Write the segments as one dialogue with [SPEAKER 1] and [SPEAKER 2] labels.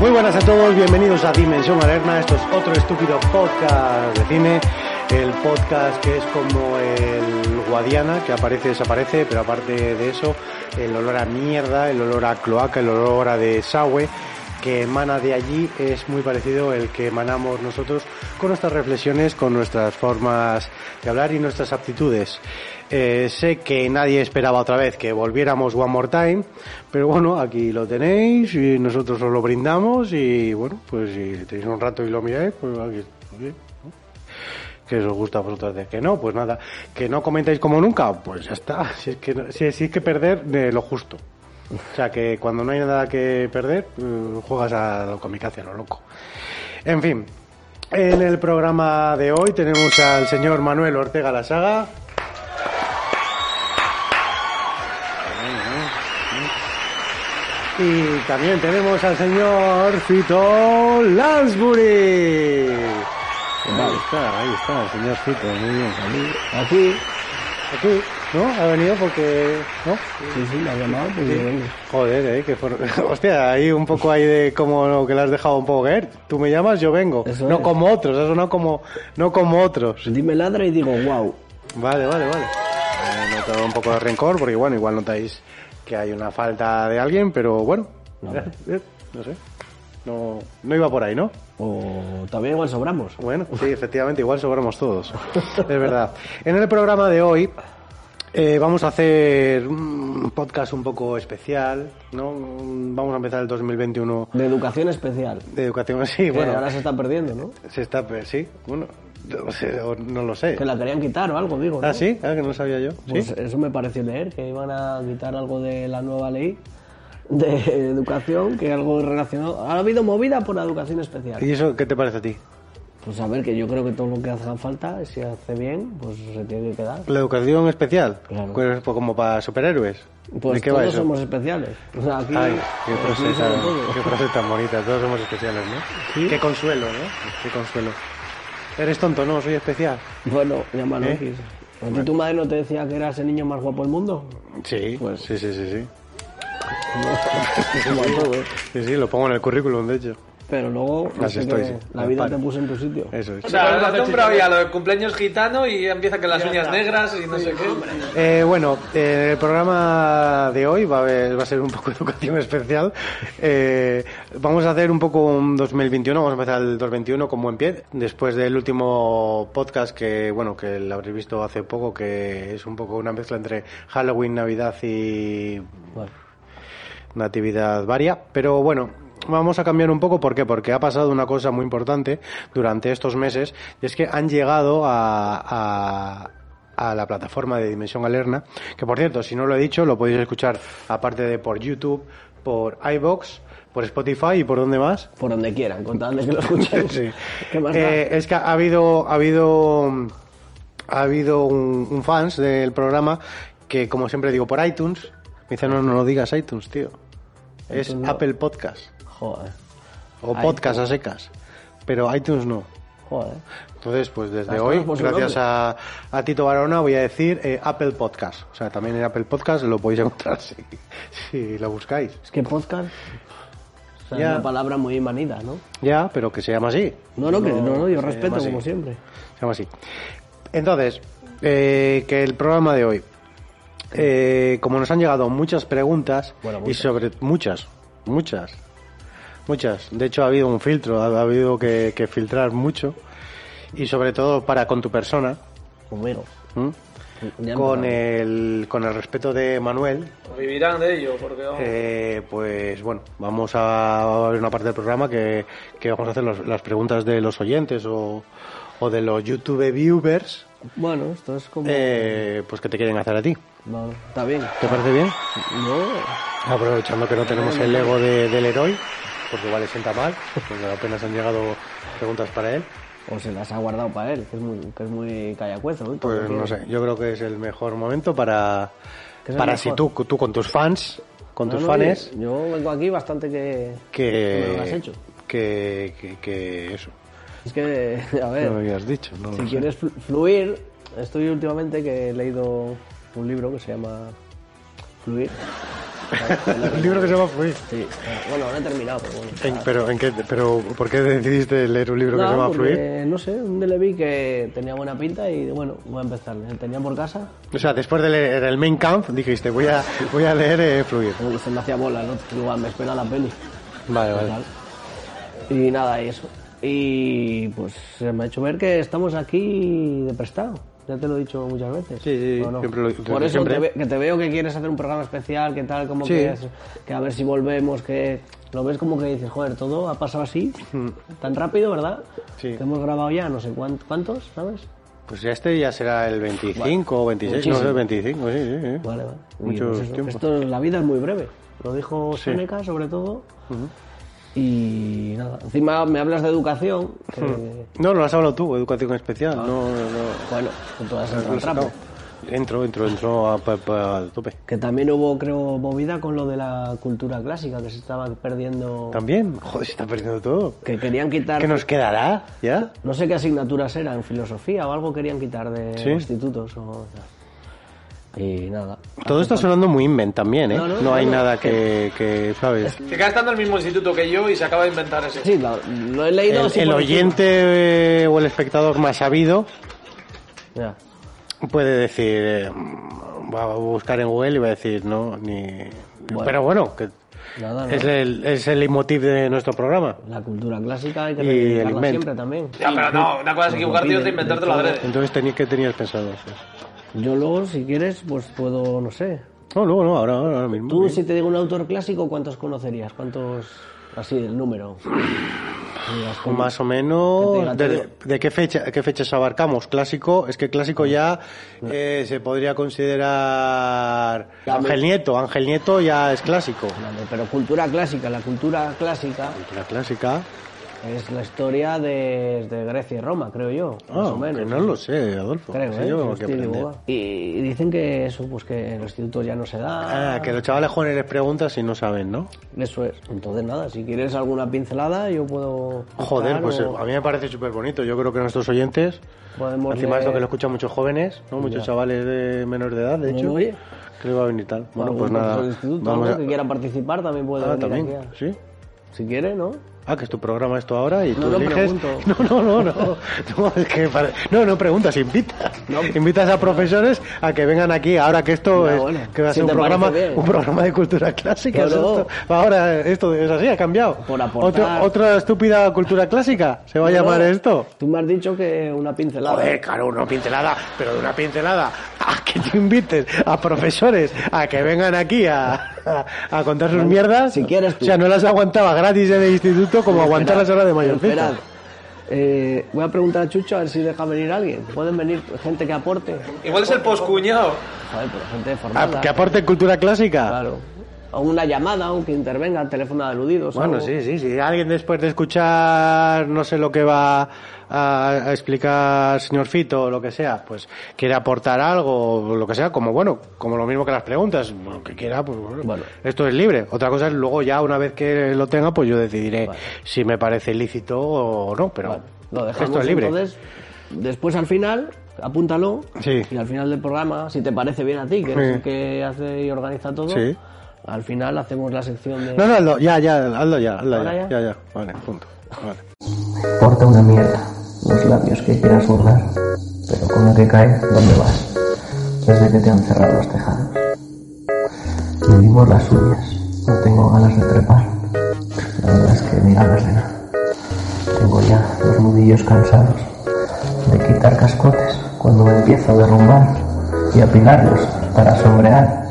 [SPEAKER 1] Muy buenas a todos, bienvenidos a Dimensión Alerna, esto es otro estúpido podcast de cine, el podcast que es como el Guadiana, que aparece, desaparece, pero aparte de eso, el olor a mierda, el olor a cloaca, el olor a desagüe que emana de allí es muy parecido el que emanamos nosotros con nuestras reflexiones, con nuestras formas de hablar y nuestras aptitudes. Eh, sé que nadie esperaba otra vez que volviéramos One More Time, pero bueno, aquí lo tenéis y nosotros os lo brindamos y bueno, pues si tenéis un rato y lo miráis, pues aquí bien, ¿no? que os gusta a vosotros de que no, pues nada, que no comentáis como nunca, pues ya está, si es que, no- si, si es que perder de lo justo. O sea que cuando no hay nada que perder, eh, juegas a lo kamikaze, a lo loco. En fin, en el programa de hoy tenemos al señor Manuel Ortega La Saga, Y también tenemos al señor Fito Lansbury. Ahí está, ahí está, el señor Fito, muy bien.
[SPEAKER 2] Aquí,
[SPEAKER 1] Aquí, ¿no? Ha venido porque, ¿no?
[SPEAKER 2] sí, sí, me ha llamado, pues yo vengo.
[SPEAKER 1] Joder, eh, que for- Hostia, ahí un poco ahí de como lo que le has dejado un poco caer. Tú me llamas, yo vengo.
[SPEAKER 2] Eso
[SPEAKER 1] no
[SPEAKER 2] es.
[SPEAKER 1] como otros, eso no como, no como otros.
[SPEAKER 2] Pues Dime ladra y digo, wow.
[SPEAKER 1] Vale, vale, vale. Eh, He notado un poco de rencor porque, bueno, igual notáis que hay una falta de alguien, pero bueno.
[SPEAKER 2] No.
[SPEAKER 1] Eh, no sé. No, no iba por ahí, ¿no?
[SPEAKER 2] O también igual sobramos.
[SPEAKER 1] Bueno, sí, efectivamente, igual sobramos todos. Es verdad. En el programa de hoy eh, vamos a hacer un podcast un poco especial, ¿no? Un- Vamos a empezar el 2021
[SPEAKER 2] De educación especial.
[SPEAKER 1] de educación. Sí,
[SPEAKER 2] Que
[SPEAKER 1] bueno,
[SPEAKER 2] ahora se está perdiendo, ¿no?
[SPEAKER 1] se está, pues, sí, bueno, no, sé, o no lo sé.
[SPEAKER 2] Que la querían quitar o algo, digo. ¿no?
[SPEAKER 1] Ah, sí, ah, que no lo sabía yo. Sí.
[SPEAKER 2] Pues eso me pareció leer, que iban a quitar algo de la nueva ley de educación, que algo relacionado. Ha habido movida por la educación especial.
[SPEAKER 1] ¿Y eso qué te parece a ti?
[SPEAKER 2] Pues a ver, que yo creo que todo lo que haga falta, si hace bien, pues se tiene que quedar.
[SPEAKER 1] ¿La educación especial?
[SPEAKER 2] Claro.
[SPEAKER 1] Pues, pues, como para superhéroes.
[SPEAKER 2] Pues
[SPEAKER 1] ¿De qué
[SPEAKER 2] todos
[SPEAKER 1] va eso?
[SPEAKER 2] somos especiales. O sea, aquí.
[SPEAKER 1] Ay, qué
[SPEAKER 2] aquí
[SPEAKER 1] frase,
[SPEAKER 2] se lo
[SPEAKER 1] tan,
[SPEAKER 2] todo.
[SPEAKER 1] qué frase tan bonita, todos somos especiales, ¿no?
[SPEAKER 2] Sí.
[SPEAKER 1] Qué consuelo, ¿no? Qué consuelo. Eres tonto, no, soy especial.
[SPEAKER 2] Bueno, llámalo
[SPEAKER 1] ¿Eh?
[SPEAKER 2] X. ¿A ti tu madre no te decía que eras el niño más guapo del mundo?
[SPEAKER 1] Sí,
[SPEAKER 2] Pues-
[SPEAKER 1] sí, sí, sí, sí.
[SPEAKER 2] Como a todos.
[SPEAKER 1] Sí, sí, lo pongo en el currículum, de hecho.
[SPEAKER 2] ¿eh? Pero luego no
[SPEAKER 1] Así
[SPEAKER 2] sé
[SPEAKER 1] estoy,
[SPEAKER 2] qué,
[SPEAKER 1] sí.
[SPEAKER 2] la vida
[SPEAKER 1] Vale. Eh.
[SPEAKER 2] te puso en tu sitio.
[SPEAKER 1] Eso es.
[SPEAKER 3] O sea, ahora acostumbra hoy a lo de cumpleaños gitano y empieza con las uñas negras y no sé qué.
[SPEAKER 1] Eh, bueno, eh, el programa de hoy va a, ver- va a ser un poco educación especial. Eh, vamos a hacer un poco un 2021, vamos a empezar el 2021 con buen pie. Después del último podcast que, bueno, que lo habréis visto hace poco, que es un poco una mezcla entre Halloween, Navidad y
[SPEAKER 2] Bueno,
[SPEAKER 1] una actividad varia, pero bueno, vamos a cambiar un poco, ¿por qué? Porque ha pasado una cosa muy importante durante estos meses, y es que han llegado a, a- a la plataforma de Dimensión Alerna, que por cierto, si no lo he dicho, lo podéis escuchar aparte de por YouTube, por iBox, por Spotify y por dónde más.
[SPEAKER 2] por donde quieran, con tal de que lo escuchen.
[SPEAKER 1] Sí.
[SPEAKER 2] ¿Qué más da?
[SPEAKER 1] Eh, es que ha habido, ha habido, mm, ha habido un, un fans del programa que, como siempre digo, por iTunes, me dice, no, no lo digas iTunes, tío. Es
[SPEAKER 2] iTunes no.
[SPEAKER 1] Apple Podcast
[SPEAKER 2] Joder,
[SPEAKER 1] o
[SPEAKER 2] iTunes.
[SPEAKER 1] Podcast a secas, pero iTunes no.
[SPEAKER 2] joder.
[SPEAKER 1] Entonces, pues desde
[SPEAKER 2] Las
[SPEAKER 1] hoy,
[SPEAKER 2] cosas por su
[SPEAKER 1] gracias
[SPEAKER 2] nombre.
[SPEAKER 1] a, a Tito Barona, voy a decir eh, Apple Podcast. O sea, también en Apple Podcast lo podéis encontrar si, si lo buscáis.
[SPEAKER 2] Es que podcast o sea,
[SPEAKER 1] Ya.
[SPEAKER 2] es una palabra muy manida, ¿no?
[SPEAKER 1] Ya, pero que se llama así.
[SPEAKER 2] No, no, que, no, no yo
[SPEAKER 1] se
[SPEAKER 2] respeto
[SPEAKER 1] llama así.
[SPEAKER 2] como siempre.
[SPEAKER 1] Se llama así. Entonces, eh, que el programa de hoy, eh, como nos han llegado muchas preguntas
[SPEAKER 2] Bueno,
[SPEAKER 1] y
[SPEAKER 2] muchas.
[SPEAKER 1] sobre muchas, muchas, muchas. De hecho, ha habido un filtro, ha, ha habido que, que filtrar mucho y sobre todo para con tu persona,
[SPEAKER 2] Conmigo.
[SPEAKER 1] ¿m?
[SPEAKER 2] Ya
[SPEAKER 1] con eh,
[SPEAKER 2] empezamos.
[SPEAKER 1] el con el respeto de Manuel.
[SPEAKER 3] Vivirán de ello, porque
[SPEAKER 2] Ah.
[SPEAKER 3] vamos.
[SPEAKER 1] eh, pues bueno, vamos a, va a haber una parte del programa que, que vamos a hacer los- las preguntas de los oyentes o, o de los YouTube viewers,
[SPEAKER 2] Bueno, esto es como.
[SPEAKER 1] eh, pues que te quieren hacer a ti.
[SPEAKER 2] Bueno, está bien.
[SPEAKER 1] ¿Te parece bien?
[SPEAKER 2] No,
[SPEAKER 1] Aprovechando que no tenemos el ego de- del héroe, porque igual le sienta mal, porque apenas han llegado preguntas para él.
[SPEAKER 2] o se las ha guardado para él, que es muy, que es muy callacuezo. ¿eh?
[SPEAKER 1] Pues no sé, yo creo que es el mejor momento para,
[SPEAKER 2] Que es el
[SPEAKER 1] para si
[SPEAKER 2] mejor.
[SPEAKER 1] tú, tú con tus fans, con
[SPEAKER 2] No,
[SPEAKER 1] tus
[SPEAKER 2] no,
[SPEAKER 1] fans,
[SPEAKER 2] Yo, yo vengo aquí bastante que.
[SPEAKER 1] que,
[SPEAKER 2] lo has hecho.
[SPEAKER 1] que, que, que eso.
[SPEAKER 2] Es que, a ver.
[SPEAKER 1] No me habías dicho, no lo
[SPEAKER 2] Eh, Si
[SPEAKER 1] sé.
[SPEAKER 2] quieres flu- fluir, estoy últimamente que he leído un libro que se llama Fluir.
[SPEAKER 1] El libro que se llama Fluir.
[SPEAKER 2] Sí, bueno, no he terminado, pero bueno.
[SPEAKER 1] En- pero, ¿en qué, pero, ¿por qué decidiste leer un libro que
[SPEAKER 2] No,
[SPEAKER 1] se llama
[SPEAKER 2] porque,
[SPEAKER 1] Fluir?
[SPEAKER 2] No sé, un le vi que tenía buena pinta y bueno, voy a empezar. Tenía por casa,
[SPEAKER 1] O sea, después de leer el Main Camp, dijiste, voy a, voy a leer eh, Fluir.
[SPEAKER 2] pero se me hacía bola, ¿no? Igual me espera la peli.
[SPEAKER 1] Vale,
[SPEAKER 2] Total. Y nada, y eso. Y pues se me ha hecho ver que estamos aquí de prestado. Ya te lo he dicho muchas veces.
[SPEAKER 1] Sí, sí,
[SPEAKER 2] ¿O no?
[SPEAKER 1] siempre lo-
[SPEAKER 2] Por eso
[SPEAKER 1] siempre.
[SPEAKER 2] te ve- que te veo que quieres hacer un programa especial, que tal, como
[SPEAKER 1] Sí.
[SPEAKER 2] que, es- que a ver si volvemos, que lo ves como que dices, joder, todo ha pasado así, tan rápido, ¿verdad?
[SPEAKER 1] Hmm. Sí.
[SPEAKER 2] Que hemos grabado ya no sé cuán- cuántos, ¿sabes?
[SPEAKER 1] Pues ya este ya será el 25 o 26, no
[SPEAKER 2] Muchísimo.
[SPEAKER 1] sé, 25, sí, sí. sí.
[SPEAKER 2] Vale, vale. Y,
[SPEAKER 1] Mucho
[SPEAKER 2] pues, eso,
[SPEAKER 1] tiempo.
[SPEAKER 2] Esto, la vida es muy breve. Lo dijo Seneca, sobre todo. Y nada, encima me hablas de educación. que-
[SPEAKER 1] No, no lo has hablado tú, educación
[SPEAKER 2] Ah,
[SPEAKER 1] especial. No, no, no.
[SPEAKER 2] Bueno, con todas
[SPEAKER 1] Lo
[SPEAKER 2] esas
[SPEAKER 1] has sacado.
[SPEAKER 2] trapo.
[SPEAKER 1] Entro, entro, entro a, pa- pa- a tope.
[SPEAKER 2] Que también hubo, creo, movida con lo de la cultura clásica, que se estaba perdiendo.
[SPEAKER 1] También, joder, se está perdiendo todo.
[SPEAKER 2] Que querían quitar.
[SPEAKER 1] ¿Qué nos quedará? ¿Ya?
[SPEAKER 2] No sé qué asignaturas eran, filosofía o algo querían quitar de
[SPEAKER 1] Sí.
[SPEAKER 2] institutos. O... Y nada.
[SPEAKER 1] Todo está sonando muy invent también, ¿eh?
[SPEAKER 2] No,
[SPEAKER 1] No,
[SPEAKER 2] no,
[SPEAKER 1] hay
[SPEAKER 2] no, no.
[SPEAKER 1] nada que, que, ¿sabes?
[SPEAKER 3] Se queda estando en el mismo instituto que yo y se acaba de inventar ese.
[SPEAKER 2] Sí, lo, lo he leído.
[SPEAKER 1] El,
[SPEAKER 2] así
[SPEAKER 1] el
[SPEAKER 2] por encima.
[SPEAKER 1] oyente eh, o el espectador más sabido
[SPEAKER 2] Ya.
[SPEAKER 1] puede decir, eh, mm, va a buscar en Google y va a decir, no, ni... Pero bueno, que
[SPEAKER 2] Nada,
[SPEAKER 1] es,
[SPEAKER 2] nada.
[SPEAKER 1] el, es el leitmotiv de nuestro programa.
[SPEAKER 2] La cultura clásica hay que
[SPEAKER 1] Y el
[SPEAKER 2] reivindicarla
[SPEAKER 1] invent.
[SPEAKER 2] siempre también.
[SPEAKER 3] Ya, pero no, una cosa es equivocarte y otra inventártelo adrede.
[SPEAKER 1] Entonces, tenía, ¿qué tenías pensado hacer?
[SPEAKER 2] Yo luego, si quieres, pues puedo, no sé.
[SPEAKER 1] No, luego no, ahora, ahora ahora mismo.
[SPEAKER 2] Tú,
[SPEAKER 1] Bien.
[SPEAKER 2] si te digo un autor clásico, ¿cuántos conocerías? ¿Cuántos? Así, el número. Que digas,
[SPEAKER 1] O
[SPEAKER 2] ¿cómo?
[SPEAKER 1] Pues Más o
[SPEAKER 2] Que te diga
[SPEAKER 1] menos. ¿De,
[SPEAKER 2] todo.
[SPEAKER 1] de qué fecha qué fechas abarcamos? Clásico, es que clásico ya eh, se podría considerar
[SPEAKER 2] Mm. Ya,
[SPEAKER 1] Ángel Nieto. Ángel Nieto ya es clásico.
[SPEAKER 2] Vale, Pero cultura clásica, la cultura clásica
[SPEAKER 1] Cultura clásica.
[SPEAKER 2] es la historia de, de Grecia y Roma, creo yo. más
[SPEAKER 1] Ah,
[SPEAKER 2] o
[SPEAKER 1] que
[SPEAKER 2] menos.
[SPEAKER 1] no lo sé, Adolfo.
[SPEAKER 2] Creo,
[SPEAKER 1] Sí,
[SPEAKER 2] ¿eh?
[SPEAKER 1] yo tengo
[SPEAKER 2] Hostia,
[SPEAKER 1] que aprender.
[SPEAKER 2] digo, va. y, y dicen que eso, pues que en los institutos ya no se da.
[SPEAKER 1] Ah, que los chavales jóvenes les preguntan si no saben, ¿no?
[SPEAKER 2] Eso es. Entonces, nada, si quieres alguna pincelada, yo puedo.
[SPEAKER 1] Joder,
[SPEAKER 2] buscar
[SPEAKER 1] pues
[SPEAKER 2] o
[SPEAKER 1] a mí me parece súper bonito. Yo creo que nuestros oyentes,
[SPEAKER 2] podemos
[SPEAKER 1] encima es lo que
[SPEAKER 2] leer-
[SPEAKER 1] lo escuchan muchos jóvenes, ¿no? Muchos chavales de menor de edad, de
[SPEAKER 2] No,
[SPEAKER 1] hecho.
[SPEAKER 2] oye.
[SPEAKER 1] Creo que va a venir tal. Bueno,
[SPEAKER 2] algún
[SPEAKER 1] pues nada.
[SPEAKER 2] profesor de instituto,
[SPEAKER 1] vamos
[SPEAKER 2] algo
[SPEAKER 1] a-
[SPEAKER 2] que quieran participar también puede
[SPEAKER 1] Ah,
[SPEAKER 2] venir
[SPEAKER 1] también,
[SPEAKER 2] aquí a-
[SPEAKER 1] sí.
[SPEAKER 2] Si quiere, ¿no?
[SPEAKER 1] Ah, que es tu programa esto ahora y tú
[SPEAKER 2] No, no
[SPEAKER 1] eliges.
[SPEAKER 2] pregunto.
[SPEAKER 1] No, no, no, no. No, es que para- no, no preguntas, invitas. Invitas a profesores a que vengan aquí ahora que esto
[SPEAKER 2] No,
[SPEAKER 1] es
[SPEAKER 2] bueno,
[SPEAKER 1] que va a
[SPEAKER 2] si
[SPEAKER 1] ser un
[SPEAKER 2] te parece
[SPEAKER 1] programa,
[SPEAKER 2] bien.
[SPEAKER 1] un programa de cultura clásica. es
[SPEAKER 2] Claro.
[SPEAKER 1] esto. ahora esto es así, ha cambiado.
[SPEAKER 2] Por aportar.
[SPEAKER 1] Otro- otra estúpida cultura clásica. Se va a llamar
[SPEAKER 2] No, no.
[SPEAKER 1] esto.
[SPEAKER 2] Tú me has dicho que una pincelada.
[SPEAKER 1] Joder, claro, una pincelada, pero de una pincelada a que tú invites a profesores a que vengan aquí a, a- a contar sus mierdas.
[SPEAKER 2] si quieres tú.
[SPEAKER 1] O sea, no las aguantaba gratis en el instituto como aguantar las horas de mayor
[SPEAKER 2] Esperad. Eh, voy a preguntar a Chucho a ver si deja venir alguien. ¿Pueden venir gente que aporte?
[SPEAKER 3] Igual es el poscuñado.
[SPEAKER 2] Joder, pero gente formada.
[SPEAKER 1] Ah, que aporte cultura clásica.
[SPEAKER 2] Claro. O una llamada, aunque intervenga el teléfono de aludidos.
[SPEAKER 1] Bueno,
[SPEAKER 2] algo.
[SPEAKER 1] sí, sí, sí. Alguien después de escuchar, no sé lo que va a, a explicar señor Fito o lo que sea, pues quiere aportar algo, o lo que sea, como bueno, como lo mismo que las preguntas, lo que quiera, pues bueno,
[SPEAKER 2] Bueno.
[SPEAKER 1] Esto es libre. Otra cosa es luego ya, una vez que lo tenga, pues yo decidiré si me parece ilícito o no, pero
[SPEAKER 2] Vale, lo dejamos
[SPEAKER 1] esto es libre.
[SPEAKER 2] entonces. Después al final, apúntalo.
[SPEAKER 1] Sí.
[SPEAKER 2] Y al final del programa, si te parece bien a ti, que eres
[SPEAKER 1] Sí.
[SPEAKER 2] el que hace y organiza todo,
[SPEAKER 1] Sí.
[SPEAKER 2] al final hacemos la sección de.
[SPEAKER 1] No, no, hazlo, ya, ya, hazlo ya, hazlo
[SPEAKER 2] ¿Ahora
[SPEAKER 1] ya,
[SPEAKER 2] ya?
[SPEAKER 1] ya, ya, vale, punto. Vale.
[SPEAKER 4] Porta una mierda, los labios que quieras burlar, pero con la que cae, ¿dónde vas? Desde que te han cerrado los tejados. Me digo las suyas, no tengo ganas de trepar, la verdad es que ni ganas de nada. Tengo ya los nudillos cansados de quitar cascotes cuando me empiezo a derrumbar y apilarlos para sombrear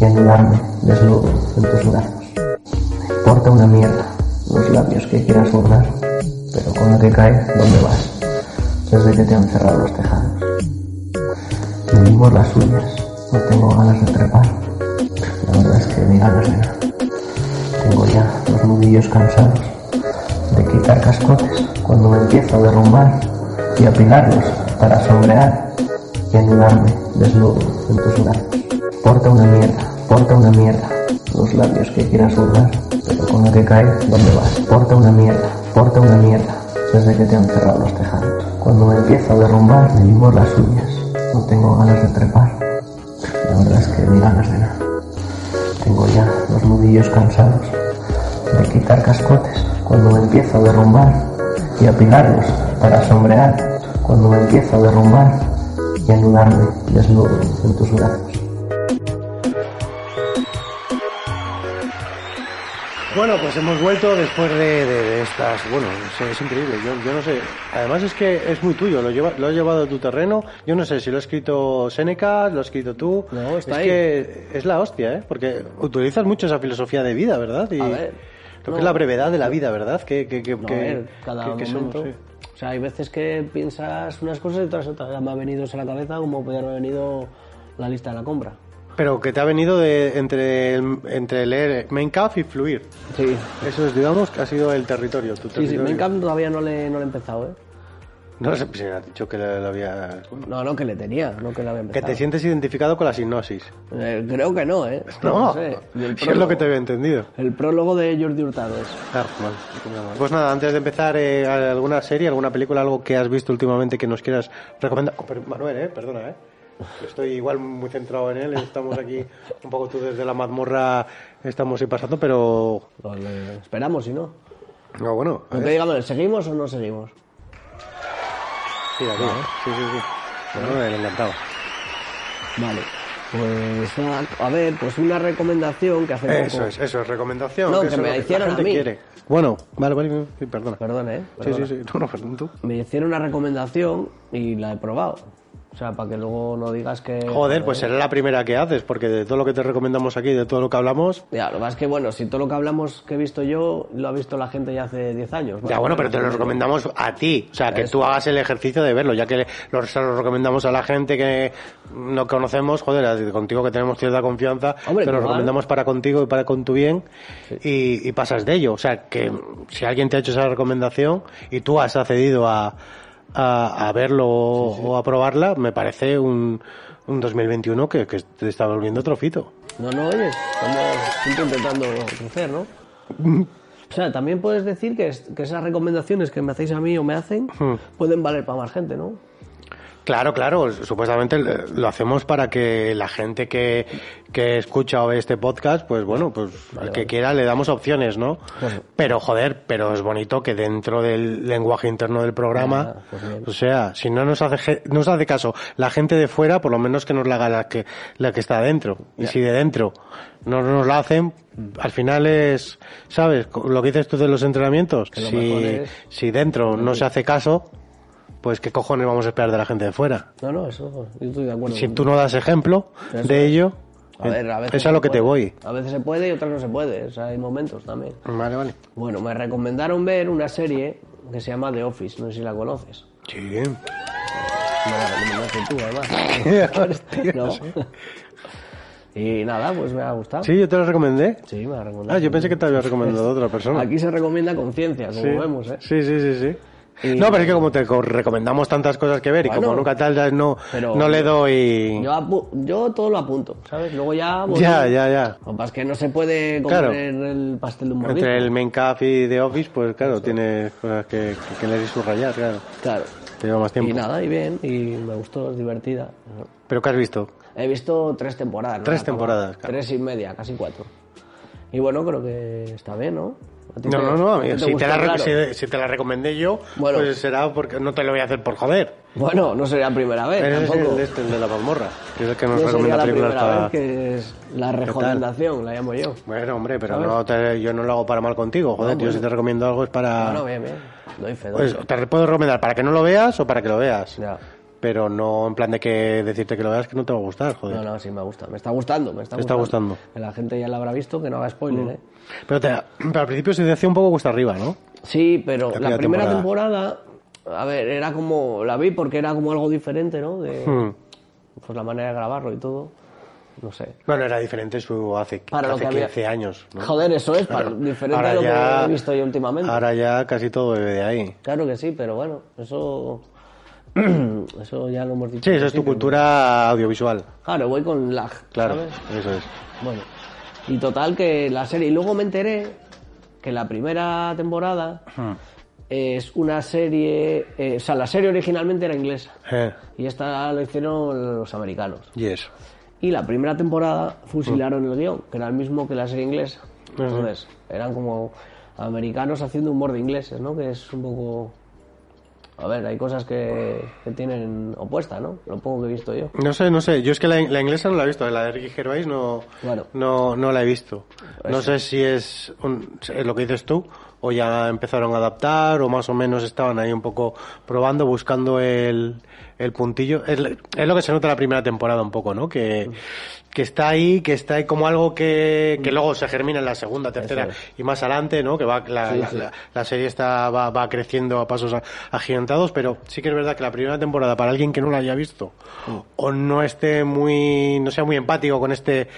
[SPEAKER 4] y anularme desnudo en tus brazos. Porta una mierda los labios que quieras burlar, pero con la que cae, ¿dónde vas? desde que te han cerrado los tejados. Vivimos las suyas, no tengo ganas de trepar. La verdad es que ni ganas de nada. Tengo ya los nudillos cansados de quitar cascotes cuando me empiezo a derrumbar y apilarlos para sombrear y animarme desnudo en tus brazos. Porta una mierda, porta una mierda, los labios que quieras burlar, pero con lo que cae, ¿dónde vas? Porta una mierda, porta una mierda, desde que te han cerrado los tejados. Cuando me empiezo a derrumbar, me limo las uñas, no tengo ganas de trepar, la verdad es que ni ganas de nada. Tengo ya los nudillos cansados de quitar cascotes cuando me empiezo a derrumbar y apilarlos para sombrear cuando me empiezo a derrumbar y anudarme desnudo en tus brazos.
[SPEAKER 1] Bueno, pues hemos vuelto después de, de- de estas. Bueno, es, es increíble. Yo, yo no sé. Además es que es muy tuyo. Lo, lleva, lo has llevado a tu terreno. Yo no sé si lo ha escrito Seneca, lo has escrito tú.
[SPEAKER 2] No, está
[SPEAKER 1] es
[SPEAKER 2] ahí.
[SPEAKER 1] que es la hostia, ¿eh? Porque utilizas mucho esa filosofía de vida, ¿verdad? Y
[SPEAKER 2] A ver,
[SPEAKER 1] Lo
[SPEAKER 2] no.
[SPEAKER 1] que es la brevedad de la vida, ¿verdad? Que, que, que,
[SPEAKER 2] No,
[SPEAKER 1] que-
[SPEAKER 2] a ver, cada
[SPEAKER 1] que- que somos,
[SPEAKER 2] momento.
[SPEAKER 1] sí.
[SPEAKER 2] O sea, hay veces que piensas unas cosas y otras otras. Ya me ha venido eso a la cabeza como podría haber venido la lista de la compra.
[SPEAKER 1] Pero que te ha venido de entre, el- entre leer Minecraft y fluir.
[SPEAKER 2] Sí.
[SPEAKER 1] Eso es, digamos, que ha sido el territorio, tu
[SPEAKER 2] Sí, sí,
[SPEAKER 1] territorio.
[SPEAKER 2] Minecraft todavía no le, no le he empezado, ¿eh?
[SPEAKER 1] No sé si me ha dicho que lo había...
[SPEAKER 2] No, no, que le tenía, no que le había
[SPEAKER 1] Que
[SPEAKER 2] empezado.
[SPEAKER 1] te sientes identificado con la hipnosis.
[SPEAKER 2] Eh, creo que no, ¿eh?
[SPEAKER 1] No,
[SPEAKER 2] sé. Y el
[SPEAKER 1] si es lo que te
[SPEAKER 2] prólogo-
[SPEAKER 1] había entendido.
[SPEAKER 2] El prólogo de Jordi Hurtado es.
[SPEAKER 1] Ah, vale, pues nada. Pues nada, antes de empezar, eh, alguna serie, alguna película, algo que has visto últimamente que nos quieras recomendar. Oh, pero, Manuel, eh, perdona, eh. Estoy igual muy centrado en él. Estamos aquí un poco tú desde la mazmorra, estamos ahí pasando, pero.
[SPEAKER 2] Lo le- Esperamos, si no.
[SPEAKER 1] No, bueno. a
[SPEAKER 2] Lo que
[SPEAKER 1] ver.
[SPEAKER 2] digamos, ¿seguimos o no seguimos?
[SPEAKER 1] Sí, aquí, eh.
[SPEAKER 2] Ah.
[SPEAKER 1] sí, sí, sí. Bueno, me encantaba.
[SPEAKER 2] Vale. Pues nada, a ver, pues una recomendación que hace
[SPEAKER 1] Eso
[SPEAKER 2] poco.
[SPEAKER 1] es, eso es recomendación.
[SPEAKER 2] No, que
[SPEAKER 1] eso es
[SPEAKER 2] me
[SPEAKER 1] lo
[SPEAKER 2] la hicieron a
[SPEAKER 1] gente
[SPEAKER 2] mí.
[SPEAKER 1] quiere. Bueno, vale, vale, sí, perdona.
[SPEAKER 2] Perdona, ¿eh?
[SPEAKER 1] Sí,
[SPEAKER 2] Perdona.
[SPEAKER 1] sí, sí. No, no, perdón tú.
[SPEAKER 2] Me hicieron una recomendación y la he probado. O sea, para que luego no digas que.
[SPEAKER 1] Joder, pues será la primera que haces, porque de todo lo que te recomendamos aquí, de todo lo que hablamos,
[SPEAKER 2] Ya, lo que pasa es que, bueno, si todo lo que hablamos que he visto yo lo ha visto la gente ya hace 10 años.
[SPEAKER 1] Ya, bueno, pero te lo recomendamos a ti. O sea, que tú hagas el ejercicio de verlo, ya que lo, se lo recomendamos a la gente que no conocemos, joder, contigo que tenemos cierta confianza,
[SPEAKER 2] Hombre,
[SPEAKER 1] te lo
[SPEAKER 2] claro.
[SPEAKER 1] recomendamos para contigo y para con tu bien, y, y pasas de ello. O sea, que si alguien te ha hecho esa recomendación y tú has accedido a, a, a verlo o- o a probarla, me parece un, un 2021 que, que te está volviendo trofito.
[SPEAKER 2] No, no, oye, estamos siempre intentando crecer, ¿no?
[SPEAKER 1] Mm.
[SPEAKER 2] O sea, también puedes decir que, es- que esas recomendaciones que me hacéis a mí o me hacen
[SPEAKER 1] Hmm.
[SPEAKER 2] pueden valer para más gente, ¿no?
[SPEAKER 1] Claro, claro, supuestamente eh, lo hacemos para que la gente que, que escucha o ve este podcast, pues bueno, pues al que quiera le damos opciones, ¿no?
[SPEAKER 2] Claro.
[SPEAKER 1] Pero joder, pero es bonito que dentro del lenguaje interno del programa,
[SPEAKER 2] Ah, pues bien.
[SPEAKER 1] o sea, si no nos hace, ge- nos hace caso la gente de fuera, por lo menos que nos la haga la que, la que está adentro. Y si de dentro no nos la hacen,
[SPEAKER 2] Mm.
[SPEAKER 1] al final es, ¿sabes? Co- Lo que dices tú de los entrenamientos,
[SPEAKER 2] Que lo
[SPEAKER 1] si,
[SPEAKER 2] mejor es-
[SPEAKER 1] si dentro no se hace caso, pues qué cojones vamos a esperar de la gente de fuera.
[SPEAKER 2] No, no, eso, yo estoy de acuerdo.
[SPEAKER 1] Si tú no das ejemplo
[SPEAKER 2] Eso
[SPEAKER 1] de
[SPEAKER 2] es.
[SPEAKER 1] ello,
[SPEAKER 2] A ver, a veces
[SPEAKER 1] es a lo
[SPEAKER 2] se
[SPEAKER 1] que te
[SPEAKER 2] puede.
[SPEAKER 1] voy.
[SPEAKER 2] A veces se puede y otras no se puede, o sea, hay momentos también.
[SPEAKER 1] Vale, vale.
[SPEAKER 2] Bueno, me recomendaron ver una serie que se llama The Office, no sé si la conoces.
[SPEAKER 1] Sí.
[SPEAKER 2] Me la recomendaste tú, además. ¿No? y nada, pues me ha gustado.
[SPEAKER 1] Sí, yo te lo recomendé.
[SPEAKER 2] Sí, me la
[SPEAKER 1] Ah,
[SPEAKER 2] recomendaste.
[SPEAKER 1] yo pensé que te había recomendado a otra persona.
[SPEAKER 2] Aquí se recomienda conciencia, como
[SPEAKER 1] sí.
[SPEAKER 2] vemos, ¿eh?
[SPEAKER 1] Sí, sí, sí, sí.
[SPEAKER 2] Y-
[SPEAKER 1] No, pero es que como te co- recomendamos tantas cosas que ver y como
[SPEAKER 2] Bueno.
[SPEAKER 1] nunca tal, ya no,
[SPEAKER 2] Pero-
[SPEAKER 1] no le doy...
[SPEAKER 2] Yo, apu- yo todo lo apunto, ¿sabes? Luego ya... voy-
[SPEAKER 1] Ya, ya, ya.
[SPEAKER 2] Lo que pasa es que no se puede comer
[SPEAKER 1] Claro.
[SPEAKER 2] el pastel de un mordisco.
[SPEAKER 1] Entre el main cap y The Office, pues claro, tiene cosas que, que, que leer y subrayar, claro.
[SPEAKER 2] Claro.
[SPEAKER 1] Te lleva más
[SPEAKER 2] Y
[SPEAKER 1] tiempo.
[SPEAKER 2] nada, y bien, y me gustó, es divertida.
[SPEAKER 1] ¿Pero qué has visto?
[SPEAKER 2] He visto tres temporadas. ¿no?
[SPEAKER 1] Tres
[SPEAKER 2] La acabo.
[SPEAKER 1] temporadas, claro.
[SPEAKER 2] Tres y media, casi cuatro. Y bueno, creo que está bien, ¿no? ¿A ti
[SPEAKER 1] No,
[SPEAKER 2] te-
[SPEAKER 1] no, no,
[SPEAKER 2] a ti
[SPEAKER 1] amigo, si, te
[SPEAKER 2] gusta,
[SPEAKER 1] la,
[SPEAKER 2] claro?
[SPEAKER 1] si- si te la recomendé yo,
[SPEAKER 2] Bueno.
[SPEAKER 1] pues será porque no te lo voy a hacer por joder.
[SPEAKER 2] Bueno, no sería la primera vez,
[SPEAKER 1] Pero ese es
[SPEAKER 2] Eh, tampoco.
[SPEAKER 1] el, de este, el de la mazmorra, que es el que
[SPEAKER 2] No
[SPEAKER 1] nos
[SPEAKER 2] sería
[SPEAKER 1] recomienda
[SPEAKER 2] la
[SPEAKER 1] películas
[SPEAKER 2] primera
[SPEAKER 1] para...
[SPEAKER 2] vez que es la recomendación, la llamo yo.
[SPEAKER 1] Bueno, hombre, pero
[SPEAKER 2] ¿Sabes?
[SPEAKER 1] no te- yo no lo hago para mal contigo, joder,
[SPEAKER 2] No,
[SPEAKER 1] yo
[SPEAKER 2] bueno.
[SPEAKER 1] si te recomiendo algo es para...
[SPEAKER 2] Bueno, bien, bien. Doy fe, doy
[SPEAKER 1] Ah. Pues,
[SPEAKER 2] fe.
[SPEAKER 1] te puedo recomendar para que no lo veas o para que lo veas.
[SPEAKER 2] Ya.
[SPEAKER 1] Pero no en plan de que decirte que lo veas que no te va a gustar, joder.
[SPEAKER 2] No, no, sí, me gusta. Me está gustando, me está
[SPEAKER 1] Te está
[SPEAKER 2] gustando.
[SPEAKER 1] gustando. Mm.
[SPEAKER 2] Que la gente ya la habrá visto, que no haga spoiler, ¿eh?
[SPEAKER 1] Pero, te- pero al principio se te hacía un poco cuesta arriba, ¿no?
[SPEAKER 2] Sí,
[SPEAKER 1] La
[SPEAKER 2] pero la,
[SPEAKER 1] primera
[SPEAKER 2] primera temporada... a ver, era como, la vi porque era como algo diferente, ¿no? De,
[SPEAKER 1] Hmm.
[SPEAKER 2] Pues la manera de grabarlo y todo, no sé.
[SPEAKER 1] Bueno, era diferente su hace,
[SPEAKER 2] Para lo
[SPEAKER 1] hace
[SPEAKER 2] que había-
[SPEAKER 1] 15 años. ¿no?
[SPEAKER 2] Joder, eso es, para-
[SPEAKER 1] Claro.
[SPEAKER 2] diferente
[SPEAKER 1] Ahora
[SPEAKER 2] a lo
[SPEAKER 1] ya-
[SPEAKER 2] que he visto yo últimamente.
[SPEAKER 1] Ahora ya casi todo bebe de ahí.
[SPEAKER 2] Claro que sí, pero bueno, eso, eso ya lo hemos dicho.
[SPEAKER 1] Sí, eso es tu
[SPEAKER 2] al principio.
[SPEAKER 1] cultura audiovisual.
[SPEAKER 2] Claro, voy con lag,
[SPEAKER 1] Claro,
[SPEAKER 2] ¿sabes?
[SPEAKER 1] eso es.
[SPEAKER 2] Bueno, y total que la serie. Y luego me enteré que la primera temporada
[SPEAKER 1] Hmm.
[SPEAKER 2] es una serie. eh, o sea, la serie originalmente era inglesa.
[SPEAKER 1] Eh,
[SPEAKER 2] Y esta la hicieron los americanos.
[SPEAKER 1] y eso.
[SPEAKER 2] Y la primera temporada fusilaron
[SPEAKER 1] Mm.
[SPEAKER 2] el guión, que era el mismo que la serie inglesa.
[SPEAKER 1] Ah,
[SPEAKER 2] Entonces, eran como americanos haciendo humor de ingleses, ¿no? Que es un poco. A ver, hay cosas que, que tienen opuesta, ¿no? Lo poco que he visto yo.
[SPEAKER 1] No sé, no sé. Yo es que la, la inglesa no la he visto. La de Ricky Gervais no,
[SPEAKER 2] Claro.
[SPEAKER 1] no, no la he visto. No sé si es, un- es lo que dices tú o ya empezaron a adaptar o más o menos estaban ahí un poco probando, buscando el, el puntillo. Es, l- es lo que se nota en la primera temporada un poco, ¿no? Que, que está ahí, que está ahí como algo que, que luego se germina en la segunda, tercera y más adelante, ¿no? Que va la, la- la- la serie está va, va creciendo a pasos a- agigantados, pero sí que es verdad que la primera temporada para alguien que no la haya visto o no esté muy no sea muy empático con este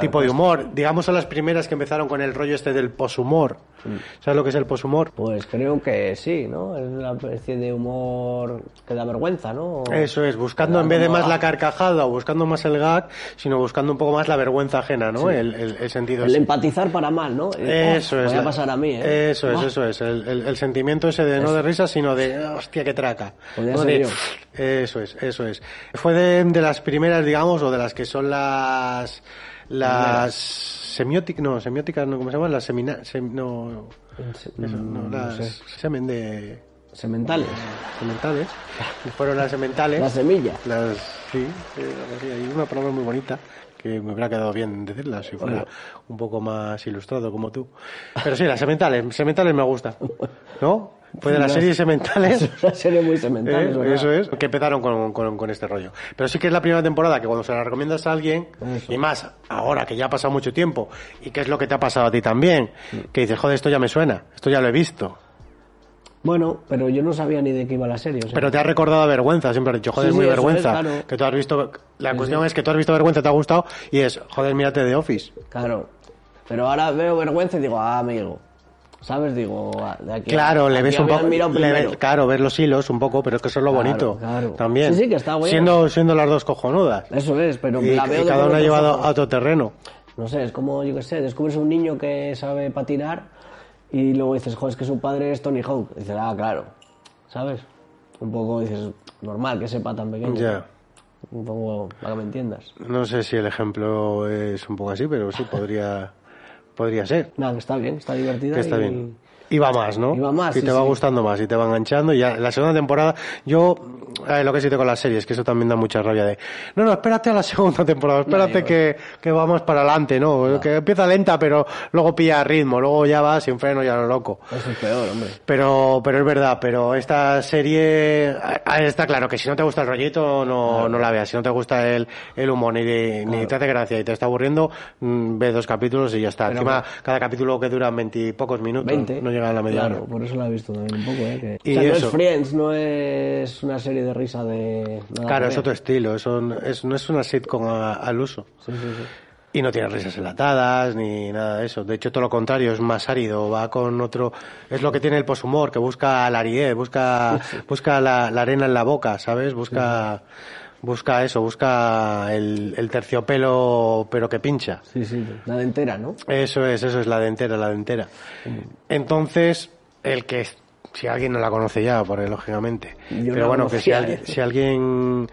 [SPEAKER 1] tipo
[SPEAKER 2] pues,
[SPEAKER 1] de humor, digamos son las primeras que empezaron con el rollo este del poshumor. ¿Sabes lo que es el poshumor?
[SPEAKER 2] Pues creo que sí, ¿no? Es una especie de humor que da vergüenza, ¿no? O-
[SPEAKER 1] Eso es, buscando en vez de más la carcajada o buscando más el gag, sino buscando un poco más la vergüenza ajena, ¿no? El, el- el sentido
[SPEAKER 2] El
[SPEAKER 1] ese.
[SPEAKER 2] empatizar para mal, ¿no? El, "Oh,
[SPEAKER 1] Eso es.
[SPEAKER 2] Voy
[SPEAKER 1] la-
[SPEAKER 2] a pasar a mí, ¿eh?
[SPEAKER 1] Eso es,
[SPEAKER 2] Buah,
[SPEAKER 1] eso es. El, el- el sentimiento ese de no de risa, sino de hostia, que traca.
[SPEAKER 2] Podría
[SPEAKER 1] ¿no?
[SPEAKER 2] ser
[SPEAKER 1] De,
[SPEAKER 2] yo.
[SPEAKER 1] Eso es, eso es. Fue de, de las primeras, digamos, o de las que son las. Las semióticas, no, semióticas, no, ¿cómo se llaman? Las seminas, no, eso, no, las semen de
[SPEAKER 2] Mm, Sementales.
[SPEAKER 1] sementales, fueron las sementales.
[SPEAKER 2] La semilla.
[SPEAKER 1] Las, sí, eh, sí, hay una palabra muy bonita que me hubiera quedado bien decirla si fuera un poco más ilustrado como tú. Pero sí, las sementales, sementales me gusta, ¿no? Fue de las
[SPEAKER 2] Las-
[SPEAKER 1] series sementales.
[SPEAKER 2] Una serie muy semental,
[SPEAKER 1] Eh,
[SPEAKER 2] ¿verdad?
[SPEAKER 1] eso es, que empezaron con, con- con este rollo. Pero sí que es la primera temporada que cuando se la recomiendas a alguien, y más ahora que ya ha pasado mucho tiempo, y que es lo que te ha pasado a ti también, que dices, joder, esto ya me suena, esto ya lo he visto.
[SPEAKER 2] Bueno, pero yo no sabía ni de qué iba la serie. o sea,
[SPEAKER 1] Pero te ha recordado a vergüenza, siempre has dicho, joder,
[SPEAKER 2] Sí, sí,
[SPEAKER 1] muy
[SPEAKER 2] eso
[SPEAKER 1] vergüenza.
[SPEAKER 2] es, claro.
[SPEAKER 1] Que tú has visto, la cuestión es que tú has visto vergüenza, te ha gustado, y es, joder, mírate de Office.
[SPEAKER 2] Claro. Pero ahora veo vergüenza y digo, ah, amigo. ¿Sabes? Digo, ah, de aquí.
[SPEAKER 1] Claro, le
[SPEAKER 2] aquí
[SPEAKER 1] ves un
[SPEAKER 2] habían
[SPEAKER 1] poco,
[SPEAKER 2] mirado
[SPEAKER 1] le
[SPEAKER 2] primero.
[SPEAKER 1] ves- claro, ver los hilos un poco, pero es que eso es lo
[SPEAKER 2] Claro,
[SPEAKER 1] bonito.
[SPEAKER 2] claro.
[SPEAKER 1] También.
[SPEAKER 2] Sí, sí, que está bueno.
[SPEAKER 1] Siendo, siendo las dos cojonudas.
[SPEAKER 2] Eso es, pero
[SPEAKER 1] Y,
[SPEAKER 2] la
[SPEAKER 1] y
[SPEAKER 2] veo de
[SPEAKER 1] cada uno
[SPEAKER 2] por
[SPEAKER 1] ha
[SPEAKER 2] otros
[SPEAKER 1] llevado
[SPEAKER 2] ojos.
[SPEAKER 1] a otro terreno.
[SPEAKER 2] No sé, es como, yo qué sé, descubres un niño que sabe patinar y luego dices, joder, es que su padre es Tony Hawk. Dices, ah, claro. ¿Sabes? Un poco dices, normal que sepa tan pequeño.
[SPEAKER 1] Ya.
[SPEAKER 2] Un poco, para que me entiendas.
[SPEAKER 1] No sé si el ejemplo es un poco así, pero sí podría, podría ser.
[SPEAKER 2] Nada, que está bien, está divertida.
[SPEAKER 1] Que está
[SPEAKER 2] y-
[SPEAKER 1] bien. Y va más, ¿no?
[SPEAKER 2] Y va más,
[SPEAKER 1] Y
[SPEAKER 2] sí,
[SPEAKER 1] te va
[SPEAKER 2] sí.
[SPEAKER 1] gustando más, y te va enganchando. Y ya la segunda temporada, yo, eh, lo que sí tengo con las series, que eso también da mucha rabia de, no, no, espérate a la segunda temporada, espérate que, que vamos para adelante, ¿no? Que empieza lenta, pero luego pilla ritmo, luego ya va sin freno, ya lo loco.
[SPEAKER 2] Eso es peor, hombre.
[SPEAKER 1] Pero, pero es verdad, pero esta serie, a- a- está claro que si no te gusta el rollito, no, no la veas. Si no te gusta el, el humor, ni, de- ni te hace gracia y te está aburriendo, mm, ve dos capítulos y ya está. Encima, cada capítulo que dura veintipocos minutos,
[SPEAKER 2] 20.
[SPEAKER 1] no llega a la media
[SPEAKER 2] Claro,
[SPEAKER 1] hora.
[SPEAKER 2] por eso la he visto también un poco, ¿eh? que-
[SPEAKER 1] Y
[SPEAKER 2] o sea,
[SPEAKER 1] eso.
[SPEAKER 2] no es Friends, no es una serie de risa de... nada
[SPEAKER 1] Claro,
[SPEAKER 2] que
[SPEAKER 1] es
[SPEAKER 2] ver.
[SPEAKER 1] otro estilo, eso no es, no es una sitcom a- al uso.
[SPEAKER 2] Sí, sí, sí.
[SPEAKER 1] Y no tiene risas enlatadas ni nada de eso. De hecho, todo lo contrario, es más árido, va con otro... Es lo que tiene el poshumor, que busca la aridez, busca, busca la, la arena en la boca, ¿sabes? Busca, busca eso, busca el, el terciopelo pero que pincha.
[SPEAKER 2] Sí, sí, la de entera, ¿no?
[SPEAKER 1] Eso es, eso es la dentera, la dentera. Entonces, el que es- si alguien no la conoce ya, por lógicamente.
[SPEAKER 2] Yo no
[SPEAKER 1] Pero
[SPEAKER 2] la
[SPEAKER 1] bueno, que si
[SPEAKER 2] conocía,
[SPEAKER 1] alguien,
[SPEAKER 2] ¿eh?
[SPEAKER 1] si alguien